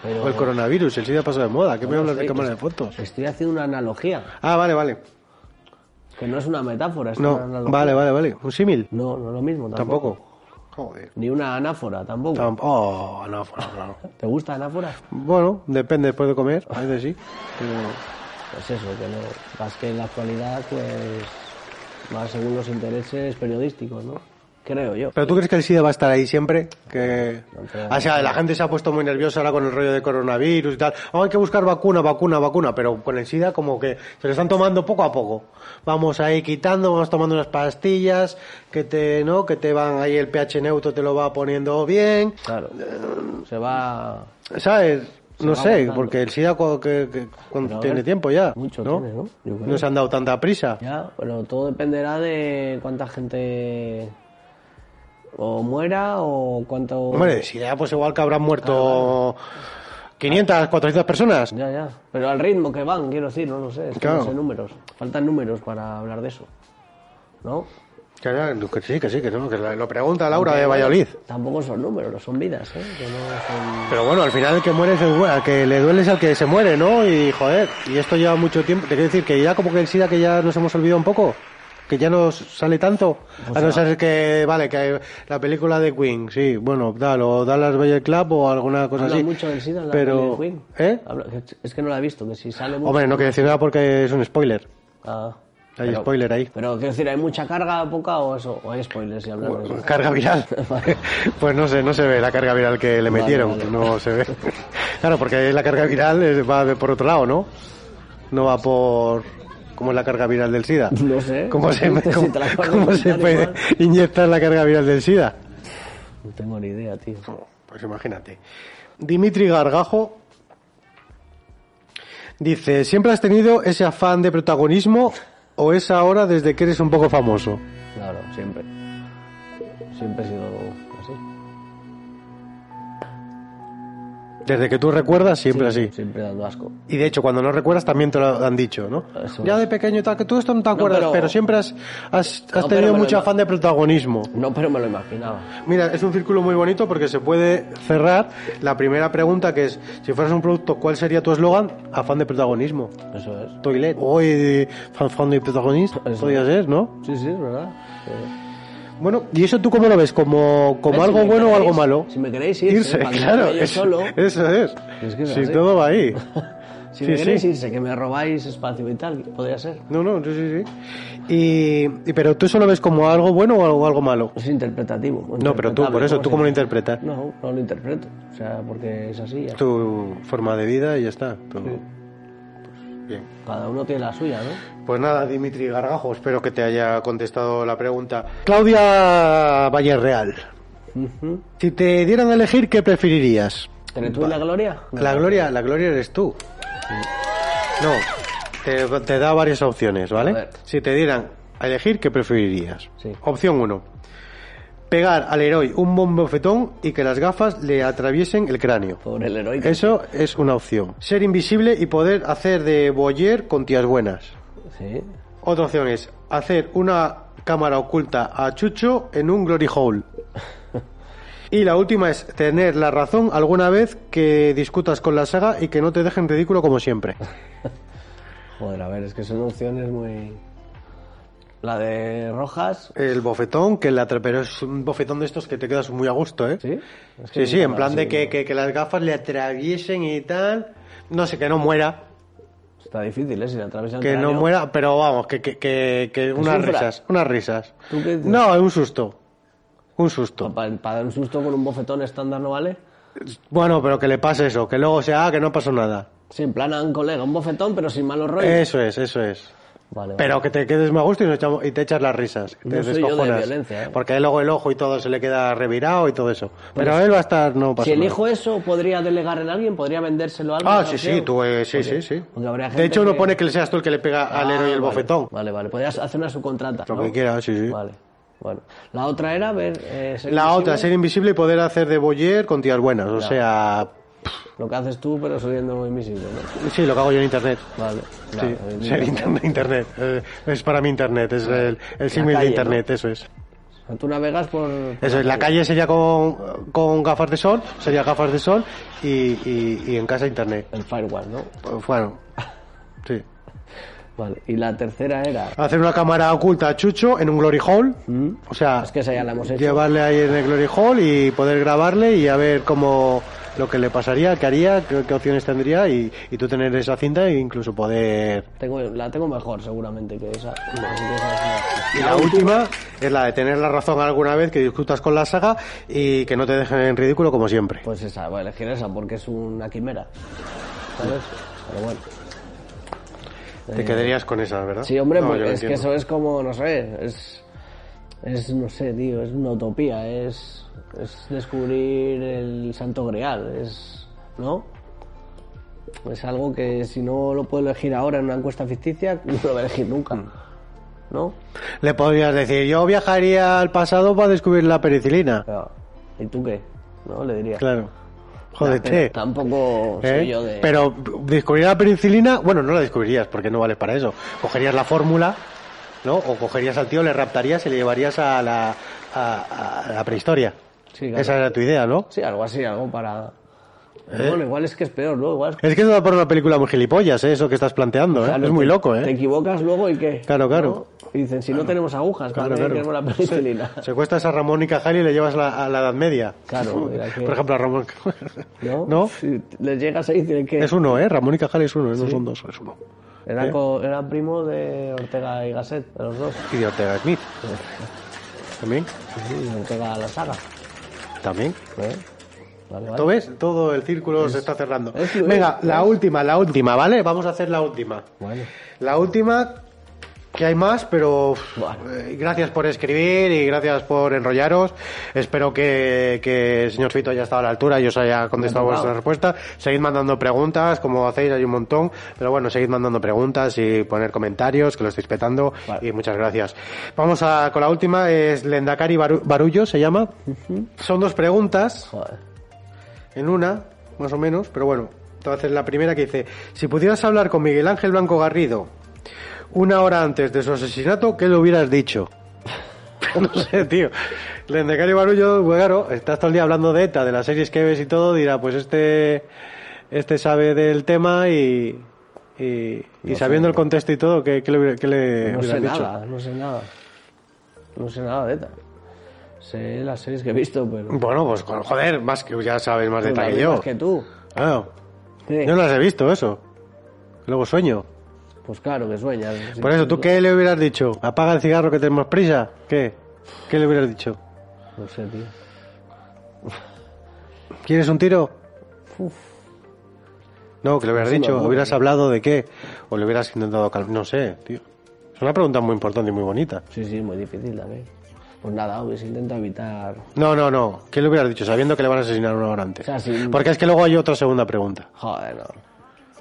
[SPEAKER 2] pero-
[SPEAKER 1] o el coronavirus. El SIDA ha pasado de moda. ¿Qué me
[SPEAKER 2] No
[SPEAKER 1] hablas de
[SPEAKER 2] sé,
[SPEAKER 1] cámara de
[SPEAKER 2] es-
[SPEAKER 1] fotos?
[SPEAKER 2] Estoy haciendo una analogía,
[SPEAKER 1] Ah, vale, vale.
[SPEAKER 2] que no es una metáfora, es
[SPEAKER 1] No,
[SPEAKER 2] una analogía.
[SPEAKER 1] vale, vale, vale. ¿Un símil?
[SPEAKER 2] No, no es lo mismo tampoco.
[SPEAKER 1] Tampoco. Joder.
[SPEAKER 2] Ni una anáfora tampoco.
[SPEAKER 1] Tamp- oh, no, no, no.
[SPEAKER 2] ¿Te gusta anáfora?
[SPEAKER 1] Bueno, depende después de comer. A veces sí.
[SPEAKER 2] Pues eso, que no. Más que en la actualidad, pues. Más según los intereses periodísticos, ¿no? Creo yo.
[SPEAKER 1] ¿Pero tú crees que el SIDA va a estar ahí siempre? Que...
[SPEAKER 2] No creo.
[SPEAKER 1] O sea, la gente se ha puesto muy nerviosa ahora con el rollo de coronavirus y tal. Oh, hay que buscar vacuna, vacuna, vacuna. Pero con el SIDA como que se lo están tomando poco a poco. Vamos ahí quitando, vamos tomando unas pastillas que te, ¿no? Que te van ahí el pH neutro te lo va poniendo bien.
[SPEAKER 2] Claro.
[SPEAKER 1] Eh,
[SPEAKER 2] Se va.
[SPEAKER 1] ¿Sabes? No
[SPEAKER 2] va
[SPEAKER 1] sé,
[SPEAKER 2] aguantando.
[SPEAKER 1] porque el SIDA cu- que- que- cuando
[SPEAKER 2] Pero a
[SPEAKER 1] tiene
[SPEAKER 2] ver,
[SPEAKER 1] tiempo ya.
[SPEAKER 2] mucho
[SPEAKER 1] ¿no?
[SPEAKER 2] tiene, ¿no? Yo creo.
[SPEAKER 1] No se han dado tanta prisa.
[SPEAKER 2] Ya, pero todo dependerá de cuánta gente. O muera o cuánto.
[SPEAKER 1] Hombre, si ya pues igual que habrán muerto 500, 400 personas.
[SPEAKER 2] Ah, Ya, ya. Pero al ritmo que van, quiero decir, no lo sé. Es que
[SPEAKER 1] Claro.
[SPEAKER 2] no sé números. Faltan números para hablar de eso. ¿No?
[SPEAKER 1] Que no, que sí, que sí, que, no, que la- lo pregunta Laura de Valladolid.
[SPEAKER 2] Tampoco son números, son vidas, ¿eh? Que no
[SPEAKER 1] Pero bueno, al final el que muere es el, al que le duele es al que se muere, ¿no? Y joder, y esto lleva mucho tiempo. Te quiero decir que ya como que el SIDA que ya nos hemos olvidado un poco, que ya nos sale tanto. a no ser que, vale, que hay la película de Queen, sí, bueno, dale, o Dallas Bayer Club o alguna cosa
[SPEAKER 2] Habla
[SPEAKER 1] Pues así.
[SPEAKER 2] mucho del SIDA en la
[SPEAKER 1] pero,
[SPEAKER 2] peli de Queen.
[SPEAKER 1] ¿Eh?
[SPEAKER 2] Habla- que- Es que no la he visto, que si sale mucho...
[SPEAKER 1] Hombre, no quiero decir nada porque es un spoiler.
[SPEAKER 2] Ah,
[SPEAKER 1] Hay
[SPEAKER 2] pero-
[SPEAKER 1] spoiler ahí.
[SPEAKER 2] Pero quiero decir, ¿hay mucha carga, poca o eso? ¿O hay spoilers y hablando de eso?
[SPEAKER 1] Carga viral. Pues no sé, no se ve la carga viral que le
[SPEAKER 2] Vale,
[SPEAKER 1] metieron,
[SPEAKER 2] vale.
[SPEAKER 1] no se ve. Claro, porque la carga viral eh, va de- por otro lado, ¿no? No va por ¿Cómo es la carga viral del SIDA?
[SPEAKER 2] No sé.
[SPEAKER 1] ¿Cómo se,
[SPEAKER 2] Si
[SPEAKER 1] cómo-
[SPEAKER 2] te la acaban de
[SPEAKER 1] cómo se
[SPEAKER 2] inventar
[SPEAKER 1] puede
[SPEAKER 2] igual.
[SPEAKER 1] inyectar la carga viral del SIDA?
[SPEAKER 2] No tengo ni idea, tío.
[SPEAKER 1] Pues imagínate. Dimitri Gargajo dice, ¿siempre has tenido ese afán de protagonismo o es ahora desde que eres un poco famoso?
[SPEAKER 2] Claro, siempre. Siempre he sido así.
[SPEAKER 1] Desde que tú recuerdas, siempre así.
[SPEAKER 2] Siempre dando asco.
[SPEAKER 1] Y de hecho, cuando no recuerdas también te lo han dicho, ¿no?
[SPEAKER 2] Eso
[SPEAKER 1] ya
[SPEAKER 2] es.
[SPEAKER 1] de pequeño y tal, que tú esto no te acuerdas, pero...
[SPEAKER 2] pero-
[SPEAKER 1] siempre has, has, has
[SPEAKER 2] No, pero
[SPEAKER 1] tenido
[SPEAKER 2] me lo
[SPEAKER 1] mucho
[SPEAKER 2] ima-
[SPEAKER 1] afán de protagonismo.
[SPEAKER 2] No, pero me lo imaginaba.
[SPEAKER 1] Mira, es un círculo muy bonito porque se puede cerrar la primera pregunta que es, si fueras un producto, ¿cuál sería tu eslogan? Afán de protagonismo.
[SPEAKER 2] Eso es.
[SPEAKER 1] Toilet. Hoy, afán de protagonismo.
[SPEAKER 2] Eso.
[SPEAKER 1] Podría ser, ¿no?
[SPEAKER 2] Sí, sí, es verdad.
[SPEAKER 1] Bueno, ¿y eso tú cómo lo ves? ¿Como, como
[SPEAKER 2] Eh, si
[SPEAKER 1] algo
[SPEAKER 2] me
[SPEAKER 1] bueno o
[SPEAKER 2] queréis-
[SPEAKER 1] algo malo?
[SPEAKER 2] si me queréis irse, para que
[SPEAKER 1] claro.
[SPEAKER 2] vaya yo
[SPEAKER 1] es-
[SPEAKER 2] solo.
[SPEAKER 1] Eso es.
[SPEAKER 2] Es que es
[SPEAKER 1] si
[SPEAKER 2] así.
[SPEAKER 1] todo va ahí. Sí,
[SPEAKER 2] Si me queréis
[SPEAKER 1] sí.
[SPEAKER 2] irse, que me robáis espacio y tal, podría ser.
[SPEAKER 1] No, no, sí, sí, sí. Y, y- pero tú eso lo ves como algo bueno o algo, algo malo.
[SPEAKER 2] Es interpretativo.
[SPEAKER 1] No, pero tú, por eso,
[SPEAKER 2] interpretable,
[SPEAKER 1] ¿tú cómo lo
[SPEAKER 2] se-
[SPEAKER 1] interpretas?
[SPEAKER 2] No, no lo interpreto. O sea, porque es así. ya.
[SPEAKER 1] Tu forma de vida y ya está. Tú-
[SPEAKER 2] Sí.
[SPEAKER 5] Bien.
[SPEAKER 2] Cada uno tiene la suya, ¿no?
[SPEAKER 1] Pues nada, Dimitri Gargajo, espero que te haya contestado la pregunta. Claudia Valle Real,
[SPEAKER 2] Ujú.
[SPEAKER 1] si te dieran a elegir, ¿qué preferirías?
[SPEAKER 2] ¿Tener tú la gloria?
[SPEAKER 1] La gloria, la gloria eres tú. No, te, te da varias opciones,
[SPEAKER 2] A
[SPEAKER 1] ¿vale?
[SPEAKER 2] ver.
[SPEAKER 1] Si te dieran a elegir, ¿qué preferirías?
[SPEAKER 2] Sí.
[SPEAKER 1] Opción 1. Pegar al héroe un bombofetón y que las gafas le atraviesen el cráneo.
[SPEAKER 2] Por el heroico.
[SPEAKER 1] Eso es una opción. Ser invisible y poder hacer de boyer con tías buenas.
[SPEAKER 2] Sí.
[SPEAKER 1] Otra opción es hacer una cámara oculta a Chucho en un glory hole. Y la última es tener la razón alguna vez que discutas con la saga y que no te dejen ridículo como siempre.
[SPEAKER 2] Joder, a ver, es que son opciones muy... La de Rojas...
[SPEAKER 1] El bofetón, que la tra- pero es un bofetón de estos que te quedas muy a gusto, ¿eh?
[SPEAKER 2] ¿Sí? Es que
[SPEAKER 1] sí, sí, en
[SPEAKER 2] nunca
[SPEAKER 1] plan de
[SPEAKER 2] así,
[SPEAKER 1] que,
[SPEAKER 2] ¿no?
[SPEAKER 1] que- que las gafas le atraviesen y tal. No sé, que no muera.
[SPEAKER 2] Está difícil, ¿eh? Si la atraviesan el
[SPEAKER 1] Que no
[SPEAKER 2] cráneo.
[SPEAKER 1] muera, pero vamos, que, que, que, que unas
[SPEAKER 2] sufra.
[SPEAKER 1] risas. Unas risas.
[SPEAKER 2] ¿Tú qué dices?
[SPEAKER 1] No, un susto. Un susto.
[SPEAKER 2] Para, Pues dar un susto con un bofetón estándar no vale.
[SPEAKER 1] Bueno, pero que le pase eso, que luego sea ah, que no pasó nada.
[SPEAKER 2] Sí, en plan a un colega, un bofetón, pero sin malos rollos.
[SPEAKER 1] Eso es, eso es.
[SPEAKER 2] Vale, vale.
[SPEAKER 1] Eh, Pero que te quedes más gusto y, nos echamos- y te echas las risas. que Te
[SPEAKER 2] No soy yo de
[SPEAKER 1] descojonas.
[SPEAKER 2] violencia, ¿eh?
[SPEAKER 1] Porque luego el ojo y todo se le queda revirado y todo eso. Pero él va a estar, no pasa
[SPEAKER 2] Si
[SPEAKER 1] nada.
[SPEAKER 2] elijo eso, podría delegar en alguien, podría vendérselo a alguien.
[SPEAKER 1] pues Ah,
[SPEAKER 2] ¿no?
[SPEAKER 1] sí, sí,
[SPEAKER 2] Creo.
[SPEAKER 1] tú, eh, sí,
[SPEAKER 2] Porque-
[SPEAKER 1] sí, sí.
[SPEAKER 2] porque habrá
[SPEAKER 1] de
[SPEAKER 2] gente
[SPEAKER 1] hecho, no
[SPEAKER 2] que-
[SPEAKER 1] pone que le seas tú el que le pega al
[SPEAKER 2] Ah,
[SPEAKER 1] héroe el
[SPEAKER 2] vale.
[SPEAKER 1] bofetón.
[SPEAKER 2] Vale, vale, podrías hacer una subcontrata.
[SPEAKER 1] Lo
[SPEAKER 2] ¿no?
[SPEAKER 1] que quieras, sí, sí.
[SPEAKER 2] Vale, bueno. La otra era ver. eh, ser
[SPEAKER 1] La otra, ser invisible
[SPEAKER 2] invisible,
[SPEAKER 1] y poder hacer de Boyer con tías buenas. O sea,
[SPEAKER 2] Lo que haces tú, pero siendo invisible, ¿no?
[SPEAKER 1] sí, lo que hago yo en internet.
[SPEAKER 2] Vale.
[SPEAKER 1] Sí,
[SPEAKER 2] Vale,
[SPEAKER 1] ser
[SPEAKER 2] mira,
[SPEAKER 1] internet, internet. Eh, es para mí internet, es el, el símil de
[SPEAKER 2] calle, ¿no?
[SPEAKER 1] internet, eso es.
[SPEAKER 2] ¿no? Tú navegas por.
[SPEAKER 1] Eso es, la calle sería con, con gafas de sol, sería gafas de sol y, y, y en casa internet. Pues,
[SPEAKER 2] El firewall, ¿no?
[SPEAKER 1] Bueno, sí.
[SPEAKER 2] Vale. Y la tercera era.
[SPEAKER 1] Hacer una cámara oculta a Chucho en un glory hole. O sea,
[SPEAKER 2] Mm. Es que esa ya la hemos hecho.
[SPEAKER 1] llevarle ahí en el glory hole y poder grabarle y a ver cómo lo que le pasaría, qué haría, qué, qué opciones tendría y, y tú tener esa cinta e incluso poder...
[SPEAKER 2] Tengo, la tengo mejor, seguramente, que esa. Así que esa es
[SPEAKER 1] Y la última es la de tener la razón alguna vez que discutas con la saga y que no te dejen en ridículo como siempre.
[SPEAKER 2] Pues esa, voy a elegir esa porque es una quimera. ¿Sabes? Pero bueno.
[SPEAKER 1] Te quedarías con esa, ¿verdad?
[SPEAKER 2] eh, Sí, hombre,
[SPEAKER 1] No,
[SPEAKER 2] pues
[SPEAKER 1] yo lo
[SPEAKER 2] es que
[SPEAKER 1] entiendo.
[SPEAKER 2] eso es como, no sé, es. Es, no sé, tío, es una utopía, es. Es descubrir el santo grial, es. ¿No? Es algo que si no lo puedo elegir ahora en una encuesta ficticia, no lo voy a elegir nunca.
[SPEAKER 1] Mm.
[SPEAKER 2] ¿No?
[SPEAKER 1] Le podrías decir, yo viajaría al pasado para descubrir la penicilina.
[SPEAKER 2] Pero, ¿Y tú qué? ¿No? Le diría.
[SPEAKER 1] Claro.
[SPEAKER 2] Nah, pero
[SPEAKER 1] Jódete.
[SPEAKER 2] Tampoco
[SPEAKER 1] ¿eh?
[SPEAKER 2] soy yo de.
[SPEAKER 1] Pero descubrir la penicilina, bueno, no la descubrirías porque no vales para eso. Cogerías la fórmula, ¿no? O cogerías al tío, le raptarías y le llevarías a la, a, a la prehistoria.
[SPEAKER 2] Sí, claro.
[SPEAKER 1] Esa era tu idea, ¿no?
[SPEAKER 2] Sí, algo así, algo para.
[SPEAKER 1] ¿Eh?
[SPEAKER 2] Pero Bueno, igual es que es peor, ¿no? Igual es que-
[SPEAKER 1] Es que eso da por una película muy gilipollas, ¿eh? eso que estás planteando. ¿eh?
[SPEAKER 2] Claro,
[SPEAKER 1] es muy
[SPEAKER 2] te-
[SPEAKER 1] loco,
[SPEAKER 2] Te
[SPEAKER 1] ¿eh?
[SPEAKER 2] equivocas luego y qué.
[SPEAKER 1] Claro, claro.
[SPEAKER 2] ¿No? Y dicen, si no tenemos agujas,
[SPEAKER 1] Claro,
[SPEAKER 2] ¿para qué
[SPEAKER 1] claro.
[SPEAKER 2] queremos la penicilina?
[SPEAKER 1] Secuestras a Ramón y Cajal y le llevas la- a la Edad Media.
[SPEAKER 2] Claro, mira que-
[SPEAKER 1] Por ejemplo, a Ramón.
[SPEAKER 2] ¿No?
[SPEAKER 1] ¿No?
[SPEAKER 2] Si les llegas ahí y dicen que.
[SPEAKER 1] Es uno, ¿eh? Ramón y Cajal es uno, no son dos, es uno.
[SPEAKER 2] Era,
[SPEAKER 1] ¿eh?
[SPEAKER 2] co- era primo de Ortega y Gasset, de los dos.
[SPEAKER 1] Y de Ortega Smith. También,
[SPEAKER 2] Sí, de Ortega la saga.
[SPEAKER 1] también.
[SPEAKER 2] ¿eh? Vale, vale.
[SPEAKER 1] ¿Tú ves? Todo el círculo se está cerrando.
[SPEAKER 2] es fluido,
[SPEAKER 1] Venga, la última, la última, ¿vale? Vamos a hacer la última.
[SPEAKER 2] Bueno.
[SPEAKER 1] La última, que hay más, pero uf,
[SPEAKER 2] Bueno.
[SPEAKER 1] eh, gracias por escribir y gracias por enrollaros. Espero que, que el señor Fito haya estado a la altura y os haya contestado
[SPEAKER 2] Me ha
[SPEAKER 1] vuestra
[SPEAKER 2] tocado.
[SPEAKER 1] respuesta. Seguid mandando preguntas, como hacéis, hay un montón. Pero bueno, seguid mandando preguntas y poner comentarios, que lo estáis petando.
[SPEAKER 2] Vale.
[SPEAKER 1] Y muchas gracias. Vamos a, con la última, es Lendakari Baru- Barullo, se llama. Son dos preguntas
[SPEAKER 2] Joder.
[SPEAKER 1] en una, más o menos, pero bueno. Entonces la primera que dice, si pudieras hablar con Miguel Ángel Blanco Garrido una hora antes de su asesinato, ¿qué le hubieras dicho? no sé, tío. Lendecario Barullo, pues claro, estás todo el día hablando de ETA, de las series que ves y todo, dirá, pues este, este sabe del tema y, y, y sabiendo el contexto y todo, ¿qué, qué le, hubiera- qué le
[SPEAKER 2] No sé
[SPEAKER 1] hubieras Eh, dicho?
[SPEAKER 2] nada, no sé nada. No sé nada de ETA. Sé las series que he visto, pero.
[SPEAKER 1] Bueno, pues joder, más que ya sabes más
[SPEAKER 2] Tú
[SPEAKER 1] detalle
[SPEAKER 2] también,
[SPEAKER 1] que yo.
[SPEAKER 2] más que tú.
[SPEAKER 1] Claro.
[SPEAKER 2] Sí.
[SPEAKER 1] Yo no las he visto, eso. Luego sueño.
[SPEAKER 2] Pues claro, que sueñas.
[SPEAKER 1] Por eso, ¿tú qué le hubieras dicho? ¿Apaga el cigarro que tenemos prisa? ¿Qué? ¿Qué le hubieras dicho?
[SPEAKER 2] No sé, tío.
[SPEAKER 1] ¿Quieres un tiro? No, que le hubieras
[SPEAKER 2] Sí,
[SPEAKER 1] dicho,
[SPEAKER 2] vamos.
[SPEAKER 1] hubieras hablado de qué, o le hubieras intentado calmar. No sé, tío. Es una pregunta muy importante y muy bonita.
[SPEAKER 2] Sí, sí, muy difícil también. Pues nada, hubiese intentado evitar.
[SPEAKER 1] No, no, no. ¿Qué le hubieras dicho? Sabiendo que le van a asesinar una hora antes.
[SPEAKER 2] O sea, sí.
[SPEAKER 1] Porque es que luego hay otra segunda pregunta.
[SPEAKER 2] Joder, no.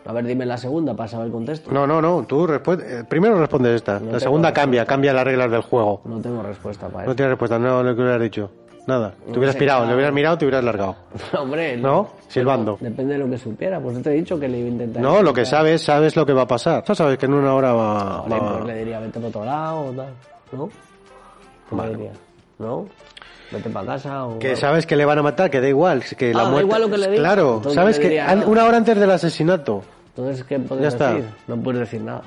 [SPEAKER 2] A ver, dime la segunda para saber el contexto.
[SPEAKER 1] No, no, no. Tú responde, eh, primero respondes esta.
[SPEAKER 2] No
[SPEAKER 1] la
[SPEAKER 2] tengo
[SPEAKER 1] segunda
[SPEAKER 2] respuesta.
[SPEAKER 1] cambia, cambia las reglas del juego.
[SPEAKER 2] No tengo respuesta para
[SPEAKER 1] No
[SPEAKER 2] eso.
[SPEAKER 1] tienes respuesta, no lo que hubieras dicho. Nada. te hubieras
[SPEAKER 2] sé,
[SPEAKER 1] pirado,
[SPEAKER 2] claro.
[SPEAKER 1] le hubieras mirado, te hubieras largado.
[SPEAKER 2] Hombre,
[SPEAKER 1] ¿No? Silbando.
[SPEAKER 2] Depende de lo que supiera. Pues yo te he dicho que le iba a intentar.
[SPEAKER 1] No, lo que sabes, sabes lo que va a pasar. Tú sabes que en una hora va.
[SPEAKER 2] Vale,
[SPEAKER 1] va-
[SPEAKER 2] pues le diría, vete para otro lado o tal. ¿No? ¿Qué le diría? ¿No? Vete para casa o.
[SPEAKER 1] Que sabes que le van a matar, que da igual, que
[SPEAKER 2] Ah,
[SPEAKER 1] la
[SPEAKER 2] da
[SPEAKER 1] muerte.
[SPEAKER 2] igual lo que le diga.
[SPEAKER 1] Claro,
[SPEAKER 2] Entonces
[SPEAKER 1] sabes
[SPEAKER 2] le
[SPEAKER 1] que
[SPEAKER 2] diría,
[SPEAKER 1] an-
[SPEAKER 2] no.
[SPEAKER 1] una hora antes del asesinato.
[SPEAKER 2] Entonces, ¿qué puedes
[SPEAKER 1] Ya está.
[SPEAKER 2] decir? No puedes decir nada.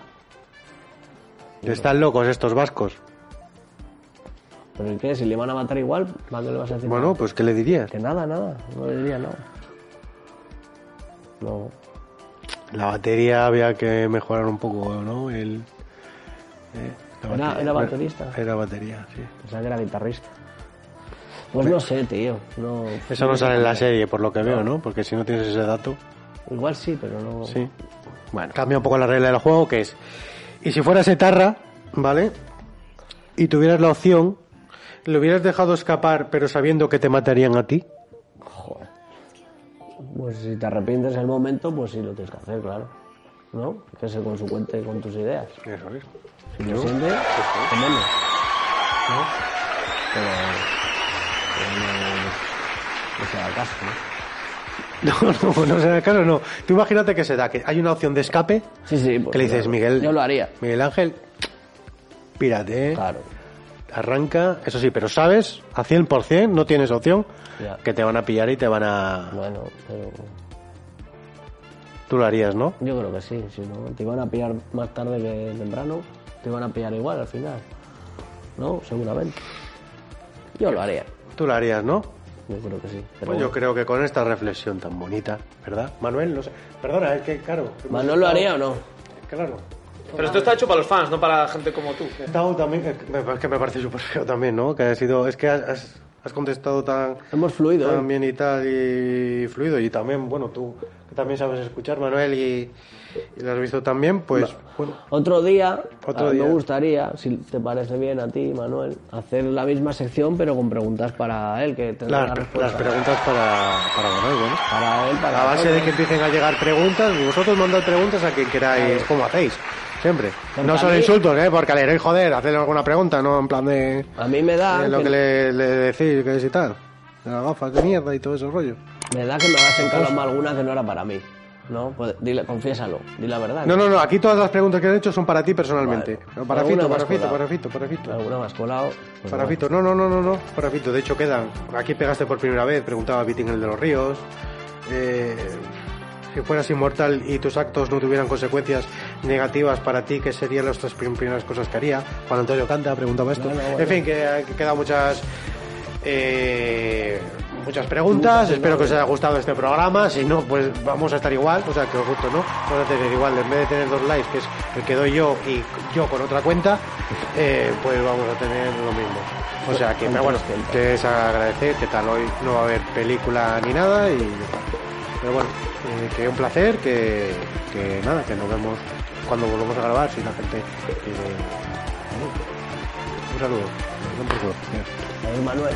[SPEAKER 1] Están locos estos vascos.
[SPEAKER 2] ¿Pero ¿y qué? Si le van a matar igual, ¿para qué le vas a decir?
[SPEAKER 1] Bueno, pues ¿qué le dirías?
[SPEAKER 2] Que nada, nada. No le diría nada. No.
[SPEAKER 1] La batería había que mejorar un poco, ¿no? El, eh, la
[SPEAKER 2] Era- era baterista.
[SPEAKER 1] Era batería, sí.
[SPEAKER 2] Pensaba que era guitarrista. Pues no sé, tío. No,
[SPEAKER 1] Eso no sale en la serie, por lo que veo, ¿no? Porque si no tienes ese dato,
[SPEAKER 2] Igual sí, pero no.
[SPEAKER 1] sí. Bueno, cambia un poco la regla del juego, que es... Y si fueras etarra, ¿vale? Y tuvieras la opción, ¿lo hubieras dejado escapar, pero sabiendo que te matarían a ti?
[SPEAKER 2] Joder. Pues si te arrepientes en el momento, pues sí lo tienes que hacer, claro. ¿No? Que se consecuente con tus ideas.
[SPEAKER 1] Eso es.
[SPEAKER 2] Si lo sientes, pues tómalo. ¿No? Pero. pero no, no se haga caso, ¿no?
[SPEAKER 1] No, no, no será el caso, no. Tú imagínate que se da, que hay una opción de escape,
[SPEAKER 2] Sí, sí. pues
[SPEAKER 1] que le dices,
[SPEAKER 2] claro.
[SPEAKER 1] Miguel...
[SPEAKER 2] Yo lo haría.
[SPEAKER 1] Miguel Ángel, pírate, ¿eh?
[SPEAKER 2] Claro.
[SPEAKER 1] arranca, eso sí, pero sabes, a 100% no tienes opción,
[SPEAKER 2] Ya.
[SPEAKER 1] que te van a pillar y te van a...
[SPEAKER 2] Bueno, pero.
[SPEAKER 1] Tú lo harías, ¿no?
[SPEAKER 2] Yo creo que sí, si no, te iban a pillar más tarde que temprano, te iban a pillar igual al final. ¿No? Seguramente. Yo lo haría,
[SPEAKER 1] Tú lo harías, ¿no?
[SPEAKER 2] yo creo que sí. pero
[SPEAKER 1] Pues
[SPEAKER 2] bueno.
[SPEAKER 1] yo creo que con esta reflexión tan bonita, ¿verdad? Manuel, no sé. Perdona, es que, claro.
[SPEAKER 2] ¿Manuel lo haría o no?
[SPEAKER 1] Claro.
[SPEAKER 3] Pero esto está hecho para los fans, no para gente como tú.
[SPEAKER 1] He estado también, es que me- es que me parece súper feo también, ¿no? Que ha sido, es que has- has, has contestado tan...
[SPEAKER 2] Hemos fluido, ¿eh?
[SPEAKER 1] tan bien y tal, y fluido, y también, bueno, tú que también sabes escuchar, Manuel, y, y lo has visto también, pues, bueno,
[SPEAKER 2] Otro día,
[SPEAKER 1] Otro
[SPEAKER 2] a-
[SPEAKER 1] día.
[SPEAKER 2] me gustaría, si te parece bien a ti, Manuel, hacer la misma sección pero con preguntas para él, que tendrá
[SPEAKER 1] las,
[SPEAKER 2] la
[SPEAKER 1] las
[SPEAKER 2] respuesta.
[SPEAKER 1] preguntas para, para Manuel, bueno.
[SPEAKER 2] Para él, para
[SPEAKER 1] A base de
[SPEAKER 2] nosotros.
[SPEAKER 1] que empiecen a llegar preguntas, vosotros mandad preguntas a quien queráis, como hacéis, siempre.
[SPEAKER 2] Porque
[SPEAKER 1] No
[SPEAKER 2] a
[SPEAKER 1] son
[SPEAKER 2] mí-
[SPEAKER 1] insultos, ¿eh? Porque al leer, joder, hacerle alguna pregunta, ¿no? En plan de,
[SPEAKER 2] A mí me da,
[SPEAKER 1] de lo
[SPEAKER 2] que,
[SPEAKER 1] que le, le decís, que es y tal. De las gafas de mierda y todo ese rollo.
[SPEAKER 2] me da que me vas en
[SPEAKER 1] Pues
[SPEAKER 2] calma alguna que no era para mí. ¿No? Pues dile, confiésalo, di la verdad.
[SPEAKER 1] No, no, no, aquí todas las preguntas que han hecho son para ti personalmente.
[SPEAKER 2] Vale.
[SPEAKER 1] No, Para
[SPEAKER 2] Alguna
[SPEAKER 1] Fito,
[SPEAKER 2] más
[SPEAKER 1] para Fito,
[SPEAKER 2] colada.
[SPEAKER 1] para Fito, para Fito.
[SPEAKER 2] Alguna más colado. pues
[SPEAKER 1] Para
[SPEAKER 2] bueno.
[SPEAKER 1] Fito, no, no, no, no, no, para Fito, de hecho quedan. Aquí pegaste por primera vez, preguntaba a Vitín el de los Ríos. Eh, si fueras inmortal y tus actos no tuvieran consecuencias negativas para ti, ¿qué serían las tres prim- primeras cosas que haría? Juan Antonio Canta preguntaba esto.
[SPEAKER 2] Bueno, bueno.
[SPEAKER 1] En fin, que han quedado muchas. eh, muchas preguntas, espero que os haya gustado este programa, si no, pues vamos a estar igual, o sea que os gusto, ¿no? Vamos a tener igual, en vez de tener dos likes, que es el que doy yo y yo con otra cuenta, eh, pues vamos a tener lo mismo. O sea que, pero bueno, que es agradecer, que tal, hoy no va a haber película ni nada, y pero bueno, eh, que un placer, que, que nada, que nos vemos cuando volvamos a grabar, si la gente... eh, un saludo. Nos vemos por culo. Adiós.
[SPEAKER 2] Ahí, Manuel.